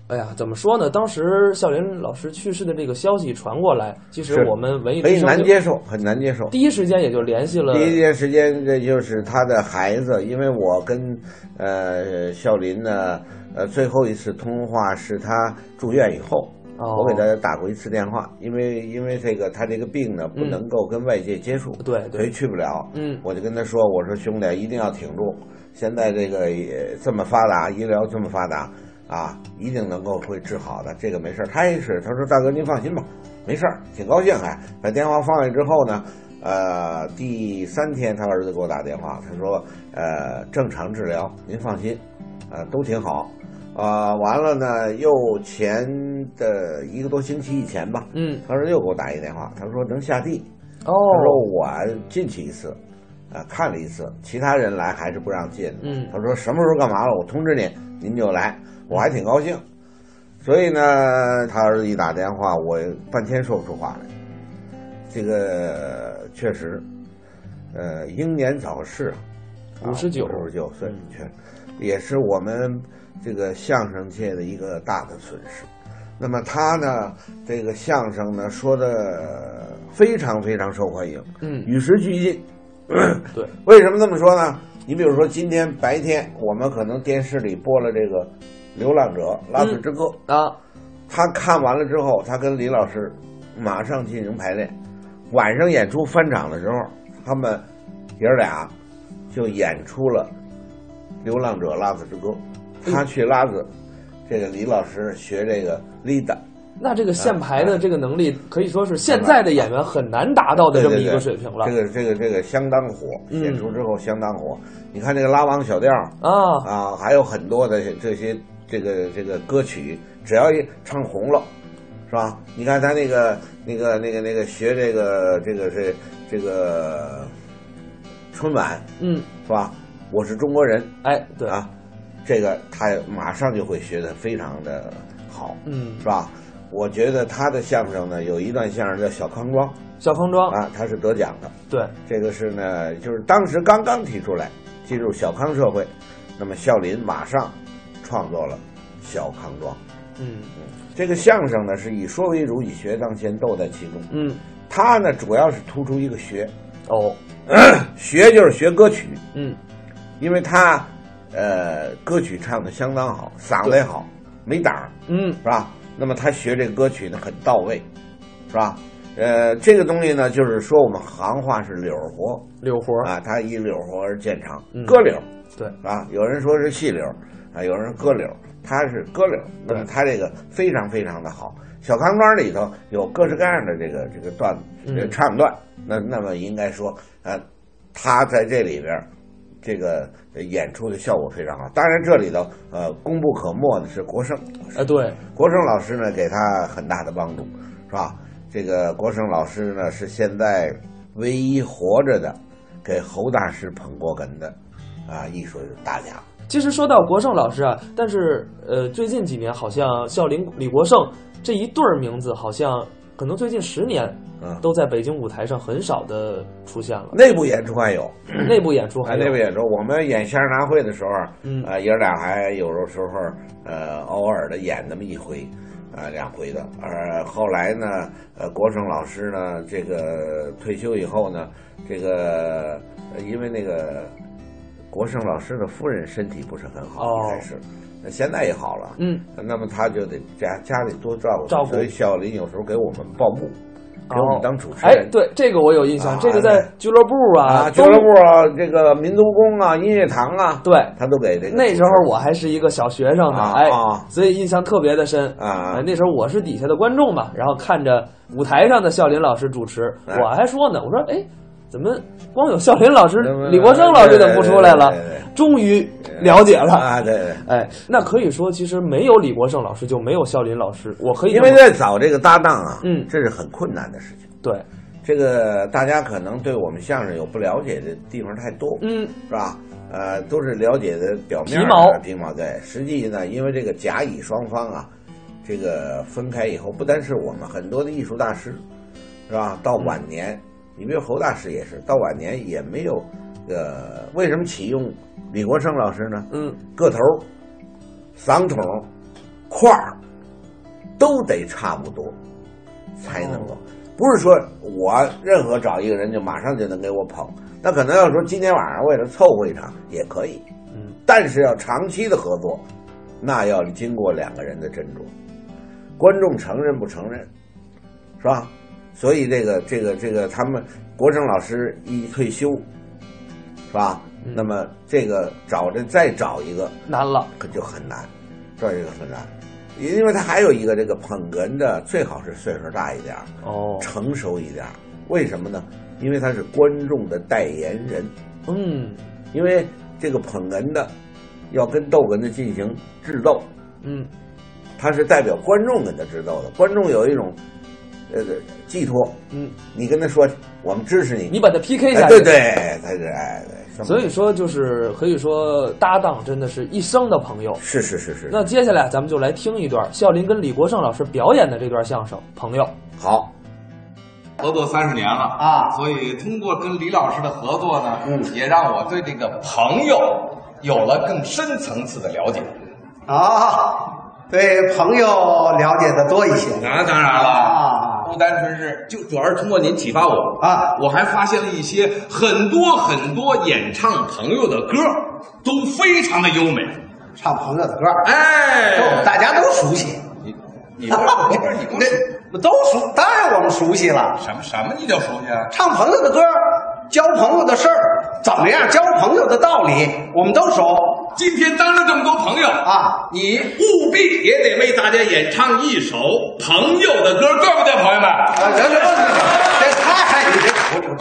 Speaker 3: 哎呀，怎么说呢？当时笑林老师去世的这个消息传过来，其实
Speaker 4: 是
Speaker 3: 我们文艺
Speaker 4: 很
Speaker 3: 之声
Speaker 4: 难
Speaker 3: 就
Speaker 4: 接受，很难接受。
Speaker 3: 第一时间也就联系了。
Speaker 4: 第一件时间，这就是他的孩子，因为我跟呃孝林呢，呃，最后一次通话是他住院以后，
Speaker 3: 哦
Speaker 4: 我给他打过一次电话，因为因为这个他这个病呢不
Speaker 3: 嗯
Speaker 4: 能够跟外界接触，
Speaker 3: 对对
Speaker 4: 所以去不了。
Speaker 3: 嗯
Speaker 4: 我就跟他说，我说兄弟一定要挺住，现在这个也这么发达，医疗这么发达啊，一定能够会治好的，这个没事儿。他也是，他说大哥您放心吧，没事儿，挺高兴还。把电话放下之后呢。呃，第三天他儿子给我打电话，他说，呃，正常治疗，您放心，呃，都挺好，啊、完了呢，又前的一个多星期以前吧，
Speaker 3: 嗯，
Speaker 4: 他说又给我打一电话，他说能下地，
Speaker 3: 哦，
Speaker 4: 他说我进去一次，啊、看了一次，其他人来还是不让进。
Speaker 3: 嗯
Speaker 4: 他说什么时候干嘛了，我通知您，您就来，我还挺高兴。所以呢，他儿子一打电话，我半天说不出话来。这个确实，呃，英年早逝啊，
Speaker 3: 59
Speaker 4: 五十九嗯岁，确实也是我们这个相声界的一个大的损失。那么他呢，这个相声呢说的非常非常受欢迎，
Speaker 3: 嗯
Speaker 4: 与时俱进。
Speaker 3: 对，
Speaker 4: 为什么这么说呢？你比如说今天白天我们可能电视里播了这个《流浪者拉斯之歌》
Speaker 3: 啊，
Speaker 4: 他看完了之后，他跟李老师马上进行排练。晚上演出翻场的时候，他们爷儿俩就演出了《流浪者拉子之歌》。
Speaker 3: 嗯
Speaker 4: 他去拉子，这个李老师学这个 Lida，
Speaker 3: 那这个现排
Speaker 4: 啊
Speaker 3: 的这个能力，可以说是现在的演员很难达到的这么一个水平了
Speaker 4: 这个这个这个相当火，
Speaker 3: 嗯
Speaker 4: 演出之后相当火。你看这个拉王小调儿
Speaker 3: 啊！
Speaker 4: 啊，还有很多的这些这个这个歌曲，只要一唱红了，是吧？你看他那个那个那个那个学这个这个这这个春晚
Speaker 3: 嗯，
Speaker 4: 是吧？我是中国人
Speaker 3: 哎，对，
Speaker 4: 啊，这个他马上就会学的非常的好，
Speaker 3: 嗯
Speaker 4: 是，吧？我觉得他的相声呢，有一段相声叫《小康庄
Speaker 3: 小康》庄，
Speaker 4: 啊，他是得奖的。
Speaker 3: 对，
Speaker 4: 这个是呢，就是当时刚刚提出来进入小康社会，那么孝林马上创作了小康庄。
Speaker 3: 嗯
Speaker 4: 这个相声呢是以说为主，以学当先，斗在其中。
Speaker 3: 嗯，
Speaker 4: 它呢主要是突出一个学，
Speaker 3: 哦，
Speaker 4: 学就是学歌曲，
Speaker 3: 嗯
Speaker 4: 因为他呃歌曲唱的相当好，嗓子也好，没档儿
Speaker 3: 嗯
Speaker 4: 是吧？那么他学这个歌曲呢很到位，是吧？呃，这个东西呢就是说我们行话是柳儿活，
Speaker 3: 柳活儿，
Speaker 4: 啊，它以柳活而见长
Speaker 3: 嗯，
Speaker 4: 歌柳
Speaker 3: 对，
Speaker 4: 啊，有人说是细柳啊，有人歌柳，它是歌柳，那么
Speaker 3: 对
Speaker 4: 它这个非常非常的好。小康庄里头有各式各样的这个这个段子、
Speaker 3: 嗯
Speaker 4: 呃唱段，那那么应该说，呃，他在这里边儿，这个呃演出的效果非常好。当然，这里头呃功不可没的是国胜，
Speaker 3: 哎对，
Speaker 4: 国胜老师呢给他很大的帮助，是吧？这个国胜老师呢是现在唯一活着的给侯大师捧过哏的啊艺术大家。
Speaker 3: 其实说到国胜老师啊，但是呃，最近几年好像孝林李国盛这一对儿名字，好像可能最近十年
Speaker 4: 嗯，
Speaker 3: 都在北京舞台上很少的出现了，
Speaker 4: 内部演出还有，
Speaker 3: 内部演出还有
Speaker 4: 哎内部演出，我们演相声大会的时候，
Speaker 3: 嗯
Speaker 4: 啊爷儿俩还有的时候呃偶尔的演那么一回。啊，两回的。而后来呢，呃，国胜老师呢，这个退休以后呢，这个呃因为那个国胜老师的夫人身体不是很好，
Speaker 3: 哦
Speaker 4: 一开始，那现在也好了。
Speaker 3: 嗯，
Speaker 4: 那么他就得家家里多照顾他，
Speaker 3: 照顾
Speaker 4: 所以孝林有时候给我们报幕，给我
Speaker 3: 哦
Speaker 4: 们当主持
Speaker 3: 哎
Speaker 4: 人。，
Speaker 3: 对这个我有印象，
Speaker 4: 啊
Speaker 3: 这个在俱乐部啊，
Speaker 4: 啊，俱
Speaker 3: 都
Speaker 4: 乐部啊，这个民族宫啊，音乐堂啊，
Speaker 3: 对。
Speaker 4: 他都给这个。
Speaker 3: 那时候我还是一个小学生呢，
Speaker 4: 啊
Speaker 3: 哎
Speaker 4: 啊，
Speaker 3: 所以印象特别的深
Speaker 4: 啊
Speaker 3: 哎那时候我是底下的观众嘛，然后看着舞台上的笑林老师主持，
Speaker 4: 哎
Speaker 3: 我还说呢，我说哎，怎么光有笑林老师
Speaker 4: 那么，
Speaker 3: 李国盛老师怎么不出来了
Speaker 4: 对对对？
Speaker 3: 终于了解了，
Speaker 4: 啊，对对。
Speaker 3: 哎，那可以说其实没有李国盛老师就没有笑林老师，我可以
Speaker 4: 因为
Speaker 3: 这么
Speaker 4: 在找这个搭档啊，
Speaker 3: 嗯
Speaker 4: 这是很困难的事情。
Speaker 3: 对，
Speaker 4: 这个大家可能对我们相声有不了解的地方太多，
Speaker 3: 嗯，
Speaker 4: 是吧？呃，都是了解的表面儿
Speaker 3: 皮毛
Speaker 4: 啊皮毛对。实际呢，因为这个甲乙双方啊，这个分开以后，不单是我们很多的艺术大师，是吧？到晚年，你比如侯大师也是，到晚年也没有，呃，为什么启用李国盛老师呢？
Speaker 3: 嗯，
Speaker 4: 个头儿、嗓筒儿、块儿都得差不多，才能够。不是说我任何找一个人就马上就能给我捧，那可能要说今天晚上为了凑合一场也可以，
Speaker 3: 嗯，
Speaker 4: 但是要长期的合作，那要经过两个人的斟酌，观众承认不承认，是吧？所以这个这个这个，他们国政老师一退休，是吧？
Speaker 3: 嗯
Speaker 4: 那么这个找这再找一个
Speaker 3: 难了，
Speaker 4: 可就很难，这就很难，因为他还有一个这个捧哏的，最好是岁数大一点儿，
Speaker 3: 哦，
Speaker 4: 成熟一点儿。为什么呢？因为他是观众的代言人，
Speaker 3: 嗯
Speaker 4: 因为这个捧哏的要跟逗哏的进行智斗，
Speaker 3: 嗯，
Speaker 4: 他是代表观众跟他智斗的，观众有一种呃寄托，
Speaker 3: 嗯，
Speaker 4: 你跟他说我们支持你，
Speaker 3: 你把他 PK
Speaker 4: 哎
Speaker 3: 下去，
Speaker 4: 对对，他是哎对，
Speaker 3: 所以说就是可以说搭档真的是一生的朋友。
Speaker 4: 是是是是，
Speaker 3: 那接下来咱们就来听一段孝林跟李国盛老师表演的这段相声《朋友》。
Speaker 4: 好。
Speaker 11: 合作三十年了
Speaker 10: 啊
Speaker 11: 所以通过跟李老师的合作呢，嗯，也让我对这个朋友有了更深层次的了解。
Speaker 10: 啊，对朋友了解的多一些
Speaker 11: 那当然
Speaker 10: 啊
Speaker 11: 了，不单纯是，就主要是通过您启发我
Speaker 10: 啊
Speaker 11: 我还发现了一些很多很多演唱朋友的歌都非常的优美，
Speaker 9: 唱朋友的歌，
Speaker 5: 哎
Speaker 9: 这我们大家都熟悉。
Speaker 5: 你不是你不是你不是
Speaker 9: 那都熟，当然我们熟悉了。
Speaker 5: 什么什么你就熟悉啊？
Speaker 9: 唱朋友的歌，交朋友的事儿，怎么样交朋友的道理，我们都熟。
Speaker 5: 今天当着这么多朋友啊，你务必也得为大家演唱一首朋友的歌，对不对，朋友们？
Speaker 9: 啊，行行行，这太你这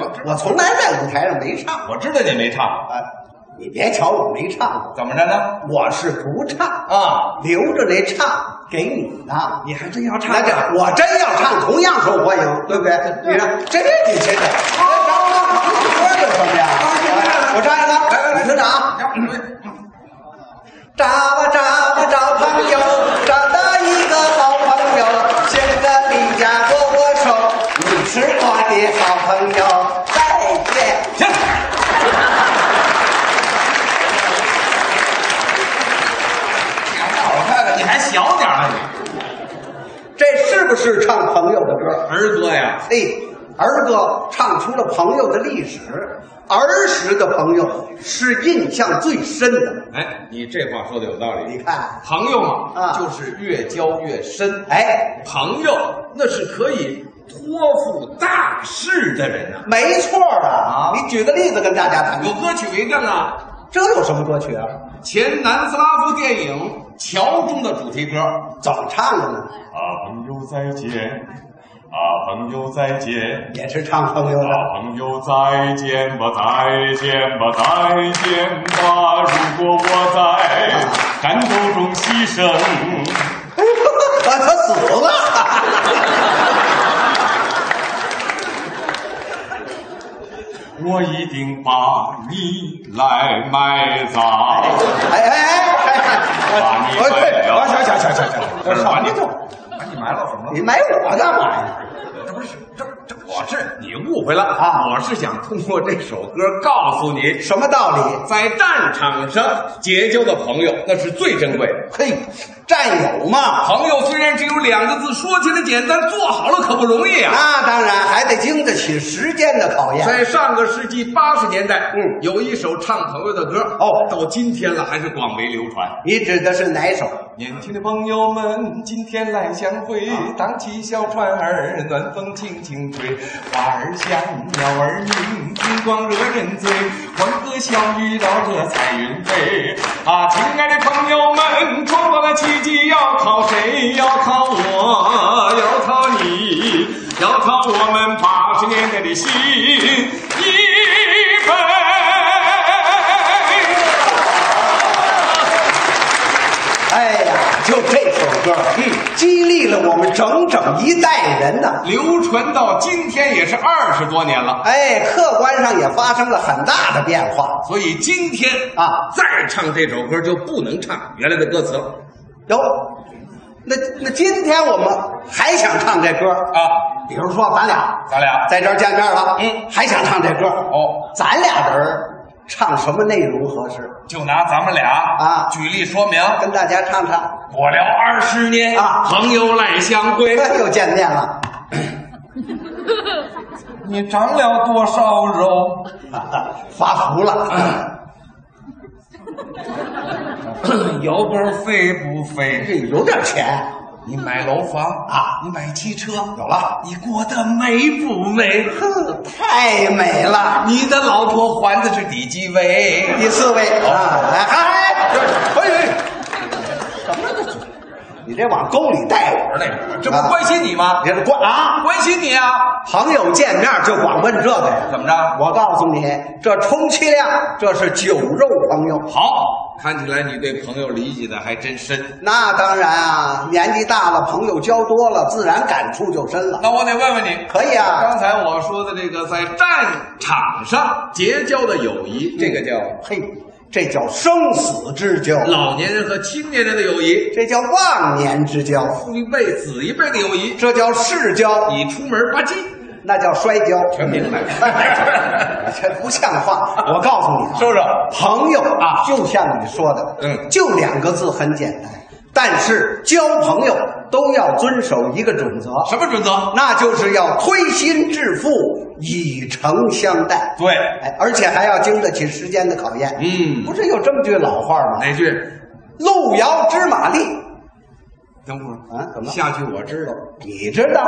Speaker 9: 我我我从来在舞台上没唱过。
Speaker 5: 我知道你没唱，
Speaker 9: 啊，你别瞧我没唱过，
Speaker 5: 怎么着呢？
Speaker 9: 我是不唱
Speaker 5: 啊，
Speaker 9: 留着那唱给你的。
Speaker 5: 你还真要
Speaker 9: 那这我真要唱，同样受欢迎，对不对？你看，这你这这，这有什么呀？我唱一个，你听着啊，找吧找吧找朋友，找到一个好朋友，先跟你家握握手，你是我的好朋友，再见。
Speaker 5: 行，
Speaker 9: 我看看
Speaker 5: 你还小点儿啊你，
Speaker 9: 这是不是唱朋友的歌？
Speaker 5: 儿歌呀，
Speaker 9: 哎，儿歌唱出了朋友的历史，儿时的朋友是印象最深的。
Speaker 5: 哎，你这话说的有道理
Speaker 9: 你。看，
Speaker 5: 朋友嘛，
Speaker 9: 啊
Speaker 5: 就是越交越深。
Speaker 9: 哎，
Speaker 5: 朋友那是可以托付大事的人呐、
Speaker 9: 没错啊！你举个例子跟大家谈
Speaker 5: 有
Speaker 9: 谈，
Speaker 5: 歌曲为证啊，
Speaker 9: 这有什么歌曲啊？
Speaker 5: 前南斯拉夫电影《桥》中的主题歌。
Speaker 9: 怎么唱的呢？
Speaker 2: 啊，朋友再见，啊，朋友再见，
Speaker 9: 也是唱朋友的。
Speaker 2: 啊，朋友再见吧，再见吧，再见吧。如果我在战斗中牺牲，
Speaker 9: 啊，他死了！
Speaker 2: 我一定把你来埋葬。
Speaker 9: 哎哎哎哎！我我行行行行行，我少你动，
Speaker 5: 把你埋了什么？
Speaker 9: 你埋我干嘛呀？
Speaker 5: 这不是这这我是你误会了
Speaker 9: 啊
Speaker 5: 我是想通过这首歌告诉你，
Speaker 9: 什么道理？
Speaker 5: 在战场上结交的朋友那是最珍贵的。
Speaker 9: 嘿，战友嘛，
Speaker 5: 朋友虽然只有两个字，说起来简单，做好了可不容易啊。
Speaker 9: 那当然还得经得起时间的考验。
Speaker 5: 在上个世纪八十年代，
Speaker 9: 哎嗯
Speaker 5: 有一首唱朋友的歌，
Speaker 9: 哦
Speaker 5: 到今天了还是广为流传。
Speaker 9: 你指的是哪首？
Speaker 5: 年轻的朋友们，今天来相会，荡起小船儿，暖风轻轻吹，花儿香，鸟儿鸣，金光惹人醉，欢歌笑语绕着彩云飞。啊，亲爱的朋友们，创造的奇迹要靠谁？要靠我，要靠你，要靠我们八十年代的心一杯。
Speaker 9: 哎呀，就这首歌，嗯，激励了我们整整一代人呐。
Speaker 5: 流传到今天也是二十多年了，
Speaker 9: 哎，客观上也发生了很大的变化。
Speaker 5: 所以今天
Speaker 9: 啊
Speaker 5: 再唱这首歌就不能唱原来的歌词了
Speaker 9: 哟，那那今天我们还想唱这歌啊？
Speaker 5: 啊！
Speaker 9: 比如说咱俩
Speaker 5: 咱俩
Speaker 9: 在这儿见面了，
Speaker 5: 嗯
Speaker 9: 还想唱这歌哦？咱俩人儿唱什么内容合适？
Speaker 5: 就拿咱们俩
Speaker 9: 啊
Speaker 5: 举例说明，
Speaker 9: 跟大家唱唱，
Speaker 5: 我聊二十年
Speaker 9: 啊
Speaker 5: 朋友来相会，
Speaker 9: 又见面了。
Speaker 5: 你长了多少肉？
Speaker 9: 发福了，
Speaker 5: 油包肥不
Speaker 9: 这
Speaker 5: 肥？
Speaker 9: 有点钱。
Speaker 5: 你买楼房
Speaker 9: 啊
Speaker 5: 你买汽车
Speaker 9: 有了
Speaker 5: 你过得美不美？
Speaker 9: 哼，太美了！
Speaker 5: 你的老婆还的是第几位？
Speaker 9: 第四位
Speaker 5: 哦
Speaker 9: 啊，哎嗨，这哎哎，什么这？你这往沟里带我啊
Speaker 5: 那个，哎这不关心你吗？
Speaker 9: 你这关啊！
Speaker 5: 关心你啊！
Speaker 9: 朋友见面就光问这个呀？
Speaker 5: 怎么着？
Speaker 9: 我告诉你，这充其量这是酒肉朋友。
Speaker 5: 好，看起来你对朋友理解的还真深。
Speaker 9: 那当然啊，年纪大了，朋友交多了，自然感触就深了。
Speaker 5: 那我得问问你，
Speaker 9: 可以啊，
Speaker 5: 刚才我说的这个在战场上结交的友谊，这个叫
Speaker 9: 嘿，这叫生死嗯之交，
Speaker 5: 老年人和青年人的友谊，
Speaker 9: 这叫忘年之交，
Speaker 5: 父一辈子一辈的友谊。
Speaker 9: 这叫世交，
Speaker 5: 你出门吧唧，
Speaker 9: 那叫摔跤。
Speaker 5: 全明 白
Speaker 9: 这不像话！我告诉你啊，
Speaker 5: 是不是？
Speaker 9: 朋友
Speaker 5: 啊
Speaker 9: 就像你说的，
Speaker 5: 嗯
Speaker 9: 就两个字很简单，但是交朋友都要遵守一个准则，
Speaker 5: 什么准则？
Speaker 9: 那就是要推心置腹，以诚相待。啊
Speaker 5: 对
Speaker 9: 哎，而且还要经得起时间的考验。
Speaker 5: 嗯
Speaker 9: 啊不是有这么句老话吗？
Speaker 5: 哪句？
Speaker 9: 路遥知马力。
Speaker 11: 等会儿
Speaker 9: 啊，怎么了
Speaker 11: 下去我知道，
Speaker 9: 你知道，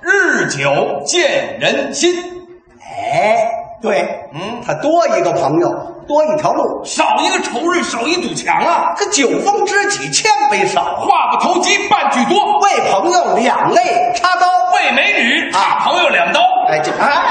Speaker 9: 日久见人心。哎，对，嗯，他多一个朋友，多一条路，
Speaker 11: 少一个仇人，少一堵墙啊！
Speaker 9: 可酒逢知己千杯少，啊
Speaker 11: 话不投机半句多，
Speaker 9: 为朋友两肋插刀。
Speaker 11: 为美女
Speaker 9: 啊
Speaker 11: 插朋友两刀。
Speaker 9: 哎，这啊，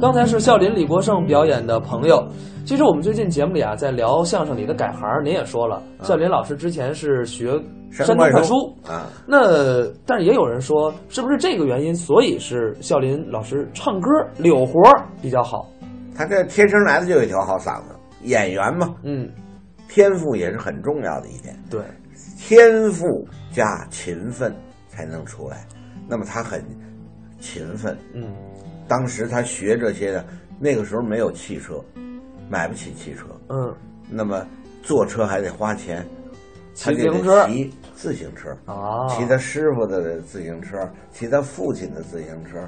Speaker 3: 刚才是笑林李国盛表演的朋友。其实我们最近节目里啊，在聊相声里的改行儿，您也说了，笑林老师之前是学
Speaker 4: 山
Speaker 3: 啊山东
Speaker 4: 东
Speaker 3: 快
Speaker 4: 快
Speaker 3: 书
Speaker 4: 书啊。
Speaker 3: 那但是也有人说，是不是这个原因，所以是笑林老师唱歌柳活儿比较好？
Speaker 4: 他这天生来的就有一条好嗓子，演员嘛，
Speaker 3: 嗯，
Speaker 4: 天赋也是很重要的一点，
Speaker 3: 对，
Speaker 4: 天赋加勤奋才能出来。那么他很勤奋，
Speaker 3: 嗯，
Speaker 4: 当时他学这些的，那个时候没有汽车，买不起汽车，
Speaker 3: 嗯，
Speaker 4: 那么坐车还得花钱，他
Speaker 3: 骑自
Speaker 4: 就
Speaker 3: 行
Speaker 4: 得
Speaker 3: 车
Speaker 4: 骑自行车，
Speaker 3: 啊，
Speaker 4: 骑他师傅的自行车，骑他父亲的自行车，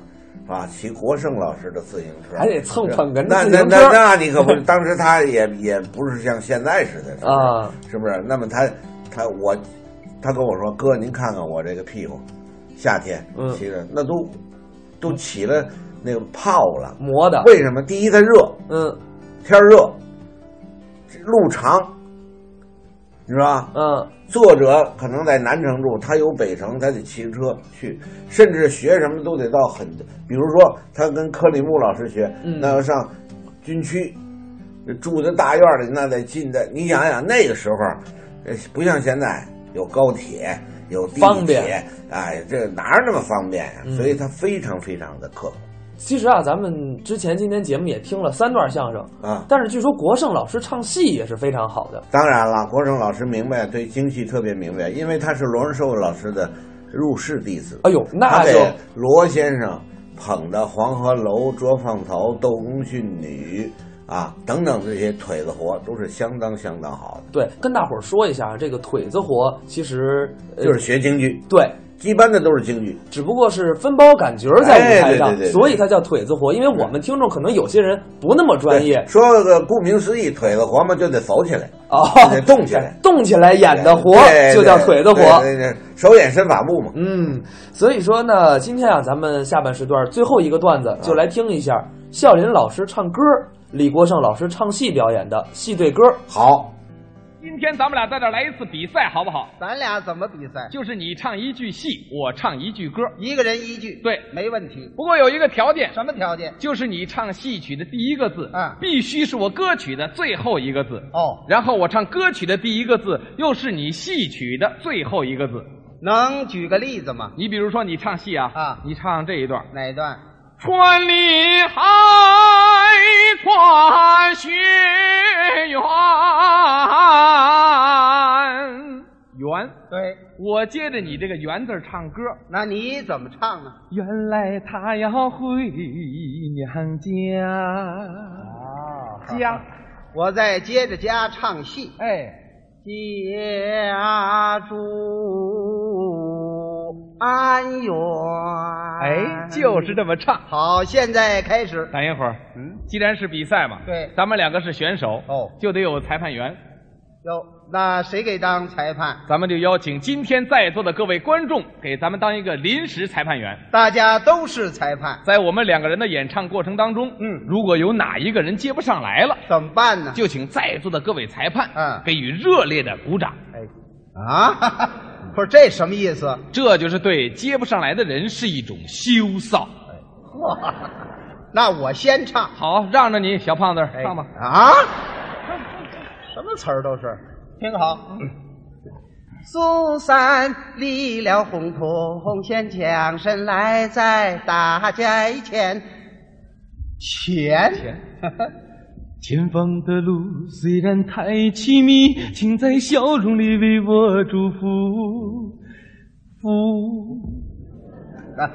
Speaker 4: 啊，骑国胜老师的自行车，
Speaker 3: 还得蹭捧哏的
Speaker 4: 那
Speaker 3: 自
Speaker 4: 那
Speaker 3: 行车
Speaker 4: 那那你可不，当时他也也不是像现在似的，
Speaker 3: 啊，
Speaker 4: 是不是？那么他他我他跟我说，哥您看看我这个屁股，夏天
Speaker 3: 嗯
Speaker 4: 骑着、那都都起了那个泡了，
Speaker 3: 磨的，
Speaker 4: 为什么？第一它热，
Speaker 3: 嗯
Speaker 4: 天儿热，路长，你知道吧？
Speaker 3: 嗯，
Speaker 4: 作者可能在南城住，他有北城，他得骑车去，甚至学什么都得到很，比如说他跟柯里木老师学，
Speaker 3: 嗯
Speaker 4: 那要上军区，住在大院里，那得进的。你想想那个时候，呃不像现在有高铁。有地铁
Speaker 3: 方便，
Speaker 4: 哎，这哪儿那么方便呀、
Speaker 3: 嗯
Speaker 4: 所以他非常非常的刻
Speaker 3: 其实啊，咱们之前今天节目也听了三段相声，
Speaker 4: 苦啊。
Speaker 3: 但是据说国胜老师唱戏也是非常好的。
Speaker 4: 当然了，国成老师明白，对京戏特别明白，因为他是罗仁寿老师的入室弟子。
Speaker 3: 哎呦，那
Speaker 4: 他
Speaker 3: 就
Speaker 4: 给罗先生捧的黄鹤楼、捉放曹、窦公训女啊等等这些腿子活都是相当相当好的，
Speaker 3: 对，跟大伙儿说一下，这个腿子活其实、呃、
Speaker 4: 就是学京剧，
Speaker 3: 对，
Speaker 4: 一般的都是京剧。
Speaker 3: 只不过是分包赶角儿在舞台上，
Speaker 4: 哎对对对对
Speaker 3: 所以它叫腿子活。因为我们听众可能有些人不那么专业
Speaker 4: 对说个顾名思义，腿子活嘛就得走起来，
Speaker 3: 哦，
Speaker 4: 就得动起来，
Speaker 3: 动起来演的活
Speaker 4: 对
Speaker 3: 就叫腿子活。
Speaker 4: 对对对手眼身法步嘛。
Speaker 3: 嗯，所以说呢，今天啊，咱们下半时段最后一个段子就来听一下笑林老师唱歌，李国盛老师唱戏表演的戏对歌。
Speaker 4: 好，
Speaker 5: 今天咱们俩在这儿来一次比赛，好不好？
Speaker 6: 咱俩怎么比赛？
Speaker 5: 就是你唱一句戏，我唱一句歌。
Speaker 6: 一个人一句，
Speaker 5: 对
Speaker 6: 没问题。
Speaker 5: 不过有一个条件，
Speaker 6: 什么条件？
Speaker 5: 就是你唱戏曲的第一个字，
Speaker 11: 嗯
Speaker 6: 啊
Speaker 5: 必须是我歌曲的最后一个字。
Speaker 6: 哦，
Speaker 5: 然后我唱歌曲的第一个字，又是你戏曲的最后一个字。
Speaker 6: 能举个例子吗？
Speaker 5: 你比如说，你唱戏啊，
Speaker 6: 啊
Speaker 5: 你唱这一段，
Speaker 6: 哪一段？
Speaker 5: 穿里海跨学园，园，
Speaker 6: 对，
Speaker 5: 我接着你这个“园”字儿唱歌。
Speaker 6: 那你怎么唱呢？
Speaker 5: 原来他要回娘家，
Speaker 6: 哦
Speaker 5: 家，
Speaker 6: 我再接着家唱戏。
Speaker 5: 哎，
Speaker 6: 家住安远。
Speaker 5: 哎，就是这么唱。
Speaker 6: 好，现在开始。
Speaker 5: 等一会儿，嗯，既然是比赛嘛，
Speaker 6: 对
Speaker 5: 咱们两个是选手，
Speaker 6: 哦
Speaker 5: 就得有裁判员。
Speaker 6: 哟，那谁给当裁判？
Speaker 5: 咱们就邀请今天在座的各位观众，给咱们当一个临时裁判员。
Speaker 6: 大家都是裁判，
Speaker 5: 在我们两个人的演唱过程当中，
Speaker 6: 嗯
Speaker 5: 如果有哪一个人接不上来了，
Speaker 6: 怎么办呢？
Speaker 5: 就请在座的各位裁判，
Speaker 6: 嗯
Speaker 5: 给予热烈的鼓掌。
Speaker 6: 哎，啊， 不是这什么意思？
Speaker 5: 这就是对接不上来的人是一种羞臊。
Speaker 6: 那我先唱，
Speaker 5: 好，让着你，小胖子，
Speaker 6: 哎
Speaker 5: 唱吧。
Speaker 6: 啊，什么词儿都是，听好。苏三离了红土红线，将身来在大街前，前
Speaker 5: 前方的路虽然太凄迷，请在笑容里为我祝福。福，
Speaker 6: 啊，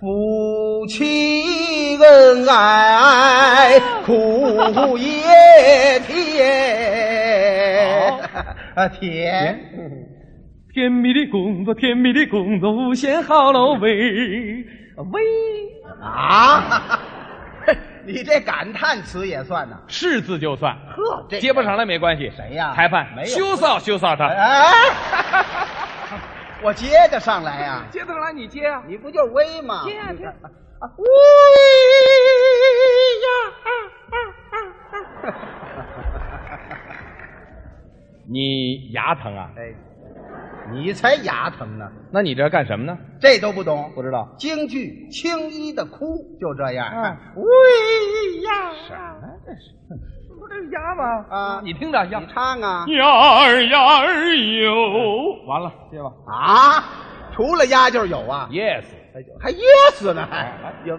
Speaker 6: 夫妻恩爱苦也甜，啊甜，
Speaker 5: 甜蜜的工作，甜蜜的工作， 无限好了喂喂。
Speaker 6: 啊，你这感叹词也算呐？
Speaker 5: 是字就算，
Speaker 6: 呵，这
Speaker 5: 接不上来没关系。谁
Speaker 6: 呀
Speaker 5: 裁判，
Speaker 6: 没有
Speaker 5: 羞臊羞臊他。
Speaker 6: 哎， 我接得上来呀、
Speaker 5: 接得上来你接啊？
Speaker 6: 你不就是威吗？接呀、接、啊啊
Speaker 5: 你牙疼啊？
Speaker 6: 哎，你才牙疼呢，
Speaker 5: 那你这干什么呢？
Speaker 6: 这都不懂。
Speaker 5: 不知道。嗯
Speaker 6: 京剧青衣的哭就这样。
Speaker 5: 喂呀！
Speaker 6: 什么这是？
Speaker 5: 不这是牙吗？
Speaker 6: 嗯啊，
Speaker 5: 你听着，呀，你
Speaker 6: 唱啊，
Speaker 5: 呀儿呀儿有。完了，接吧。
Speaker 6: 啊，除了鸭就是有啊。
Speaker 5: Yes，
Speaker 6: 还 yes 呢，还有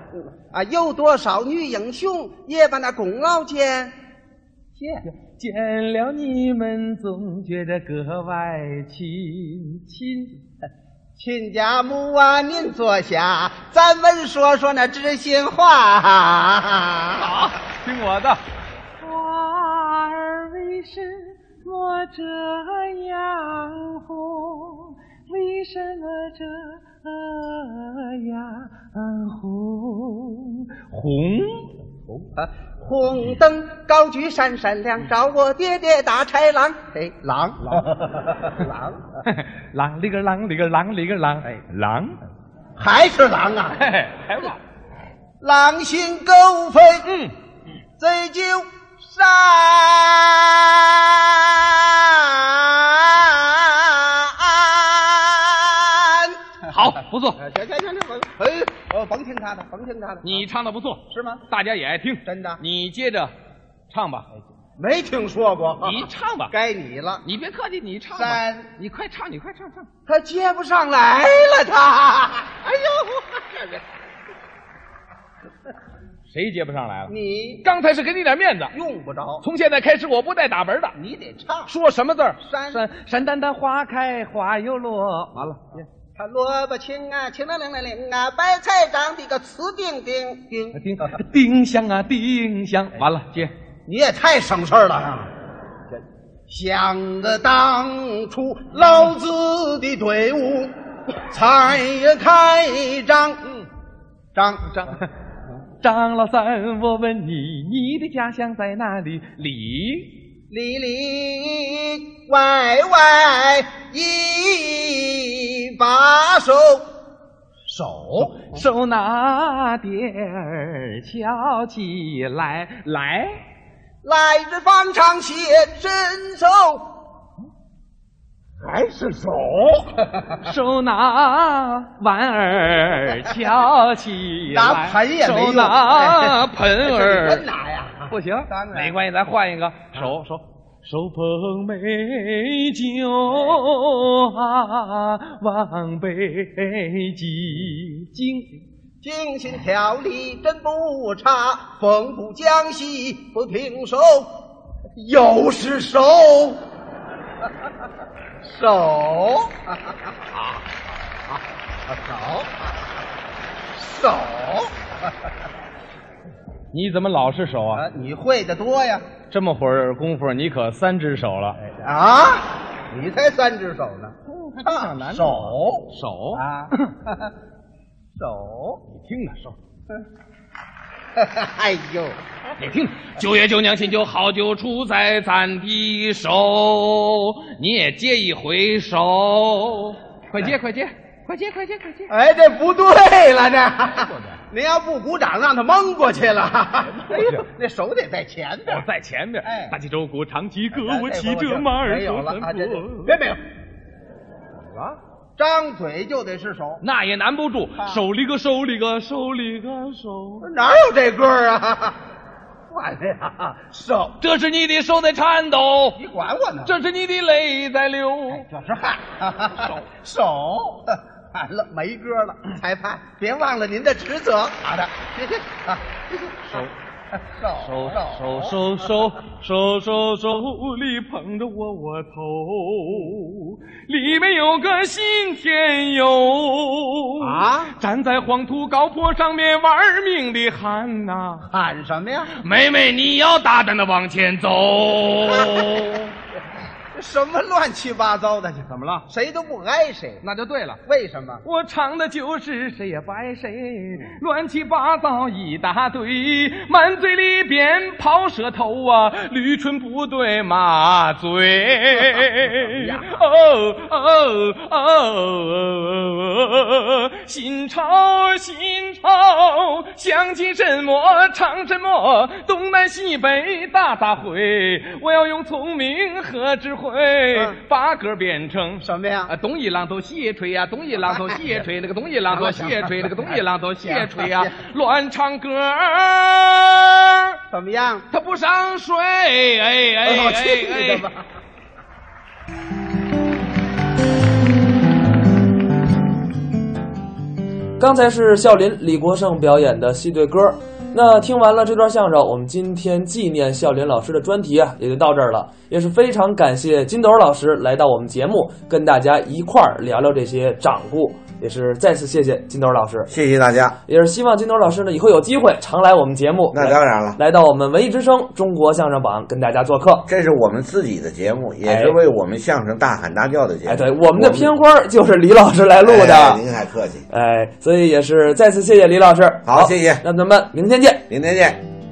Speaker 6: 啊，有多少女英雄也把那功劳见。见
Speaker 5: 见了你们，总觉得格外亲亲。
Speaker 6: 亲家母啊，您坐下，咱们说说那知心话。好，
Speaker 5: 听我的。
Speaker 12: 花儿为什么这样红？为什么这样红？
Speaker 5: 红
Speaker 6: 红啊！红灯高举闪闪亮，照我爹爹打豺狼。哎，狼狼狼，
Speaker 5: 狼里个狼里个狼里个狼，哎，狼
Speaker 6: 还是狼啊！
Speaker 5: 还
Speaker 6: 狼，狼心狗肺，嗯，醉酒山。
Speaker 5: 好，不错。
Speaker 6: 哎行行行行，甭哎，哦，甭听他的，甭听他的。啊
Speaker 5: 你唱的不错，
Speaker 6: 是吗？
Speaker 5: 大家也爱听，
Speaker 6: 真的。
Speaker 5: 你接着唱吧，
Speaker 6: 没听说过，
Speaker 5: 你唱吧，
Speaker 6: 哎啊该你了。
Speaker 5: 你别客气，你唱吧
Speaker 6: 三，
Speaker 5: 你快唱，你快唱唱。
Speaker 6: 他接不上来了，他，哎呦，
Speaker 5: 谁接不上来了？
Speaker 6: 你
Speaker 5: 刚才是给你点面子，
Speaker 6: 用不着，
Speaker 5: 从现在开始我不带打门的。
Speaker 6: 你得唱。
Speaker 5: 说什么字儿？
Speaker 6: 山
Speaker 5: 山山丹丹花开花又落，完了。
Speaker 6: 他萝卜青啊，青了零了零啊，白菜长得个直丁丁丁。
Speaker 5: 丁 丁香啊，丁香，完了接。
Speaker 6: 你也太省事儿了啊。想个当初，老子的队伍才开张，张张
Speaker 5: 张老三，我问你，你的家乡在哪里？里
Speaker 6: 里里外外一把手，手
Speaker 5: 手拿碟儿敲起来，来
Speaker 6: 来日方长显身手，还是手，
Speaker 5: 手拿碗儿敲起来，
Speaker 6: 拿盆也没用
Speaker 5: 手拿盆
Speaker 6: 哎这
Speaker 5: 儿
Speaker 6: 你真拿呀，
Speaker 5: 不行，
Speaker 6: 当然啊
Speaker 5: 没关系，咱换一个手手。手捧美酒啊，往北几京。
Speaker 6: 精心调理真不差，缝补浆隙不停手，又是 手， 手，手，手，
Speaker 5: 你怎么老是手啊？
Speaker 6: 你会的多呀
Speaker 5: 这么会儿功夫，你可三只手了。
Speaker 6: 啊！你才三只手呢，啊手
Speaker 5: 手
Speaker 6: 啊，手，
Speaker 5: 你听着啊手，
Speaker 6: 哎呦，
Speaker 5: 你听着。九月九娘亲酒，好酒出在咱的手，你也接一回手，快接快接，快接快接快接！
Speaker 6: 哎，这不对了，这。您要不鼓掌，让他蒙过去了。哎呦， 那手得在前边
Speaker 5: 我。在前面
Speaker 6: 哎，
Speaker 5: 打起周鼓，长旗歌，
Speaker 6: 哎
Speaker 5: 我骑着马儿
Speaker 6: 没有了啊！这这
Speaker 5: 走
Speaker 6: 别没有，
Speaker 5: 啊，
Speaker 6: 张嘴就得是手，
Speaker 5: 那也难不住，
Speaker 6: 啊
Speaker 5: 手里个手里个手里个手，
Speaker 6: 哪有这歌儿啊？ 完了呀，手，
Speaker 5: 这是你的手在颤抖，
Speaker 6: 你管我呢？
Speaker 5: 这是你的泪在流。
Speaker 6: 这是 汗，手，完了没歌了。裁 判，别忘了您的职责。好的，谢谢啊，手，手，
Speaker 5: 手手手手手手里捧着窝窝头，里面有个信天游
Speaker 6: 啊，
Speaker 5: 站在黄土高坡上面玩命的喊呐、
Speaker 6: 喊什么呀？
Speaker 5: 妹妹你要大胆的往前走，
Speaker 6: 什么乱七八糟的？怎么了？谁都不挨谁，那就对了。为什么？
Speaker 5: 我唱的就是谁也不爱谁，乱七八糟一大堆，满嘴里边跑舌头啊，驴唇不对马嘴。哦哦哦，心潮心潮，想起什么唱什么，东南西北大杂烩。我要用聪明和智慧，把歌变成什么
Speaker 6: 哎
Speaker 5: 呀？啊，东一榔头西一锤呀、啊东一榔头西一锤，那个东一榔头西一锤，那个东一榔头西一锤呀、啊乱唱歌
Speaker 6: 怎么样？
Speaker 5: 他不上水，哎哎哎哎！
Speaker 3: 刚才是笑林李国盛表演的戏对歌儿。那听完了这段相声，我们今天纪念笑林老师的专题啊，也就到这儿了。也是非常感谢金斗老师来到我们节目，跟大家一块儿聊聊这些掌故。也是再次谢谢金斗老师，
Speaker 4: 谢谢大家。
Speaker 3: 也是希望金斗老师呢以后有机会常来我们节目。
Speaker 4: 那当然了，
Speaker 3: 来到我们文艺之声中国相声榜跟大家做客。
Speaker 4: 这是我们自己的节目，也是为我们相声大喊大叫的节目。
Speaker 3: 哎，对，我们的片花儿就是李老师来录的。
Speaker 4: 哎您还客气。
Speaker 3: 哎，所以也是再次谢谢李老师。
Speaker 4: 好谢谢。
Speaker 3: 那咱们明天见。
Speaker 4: 明天见。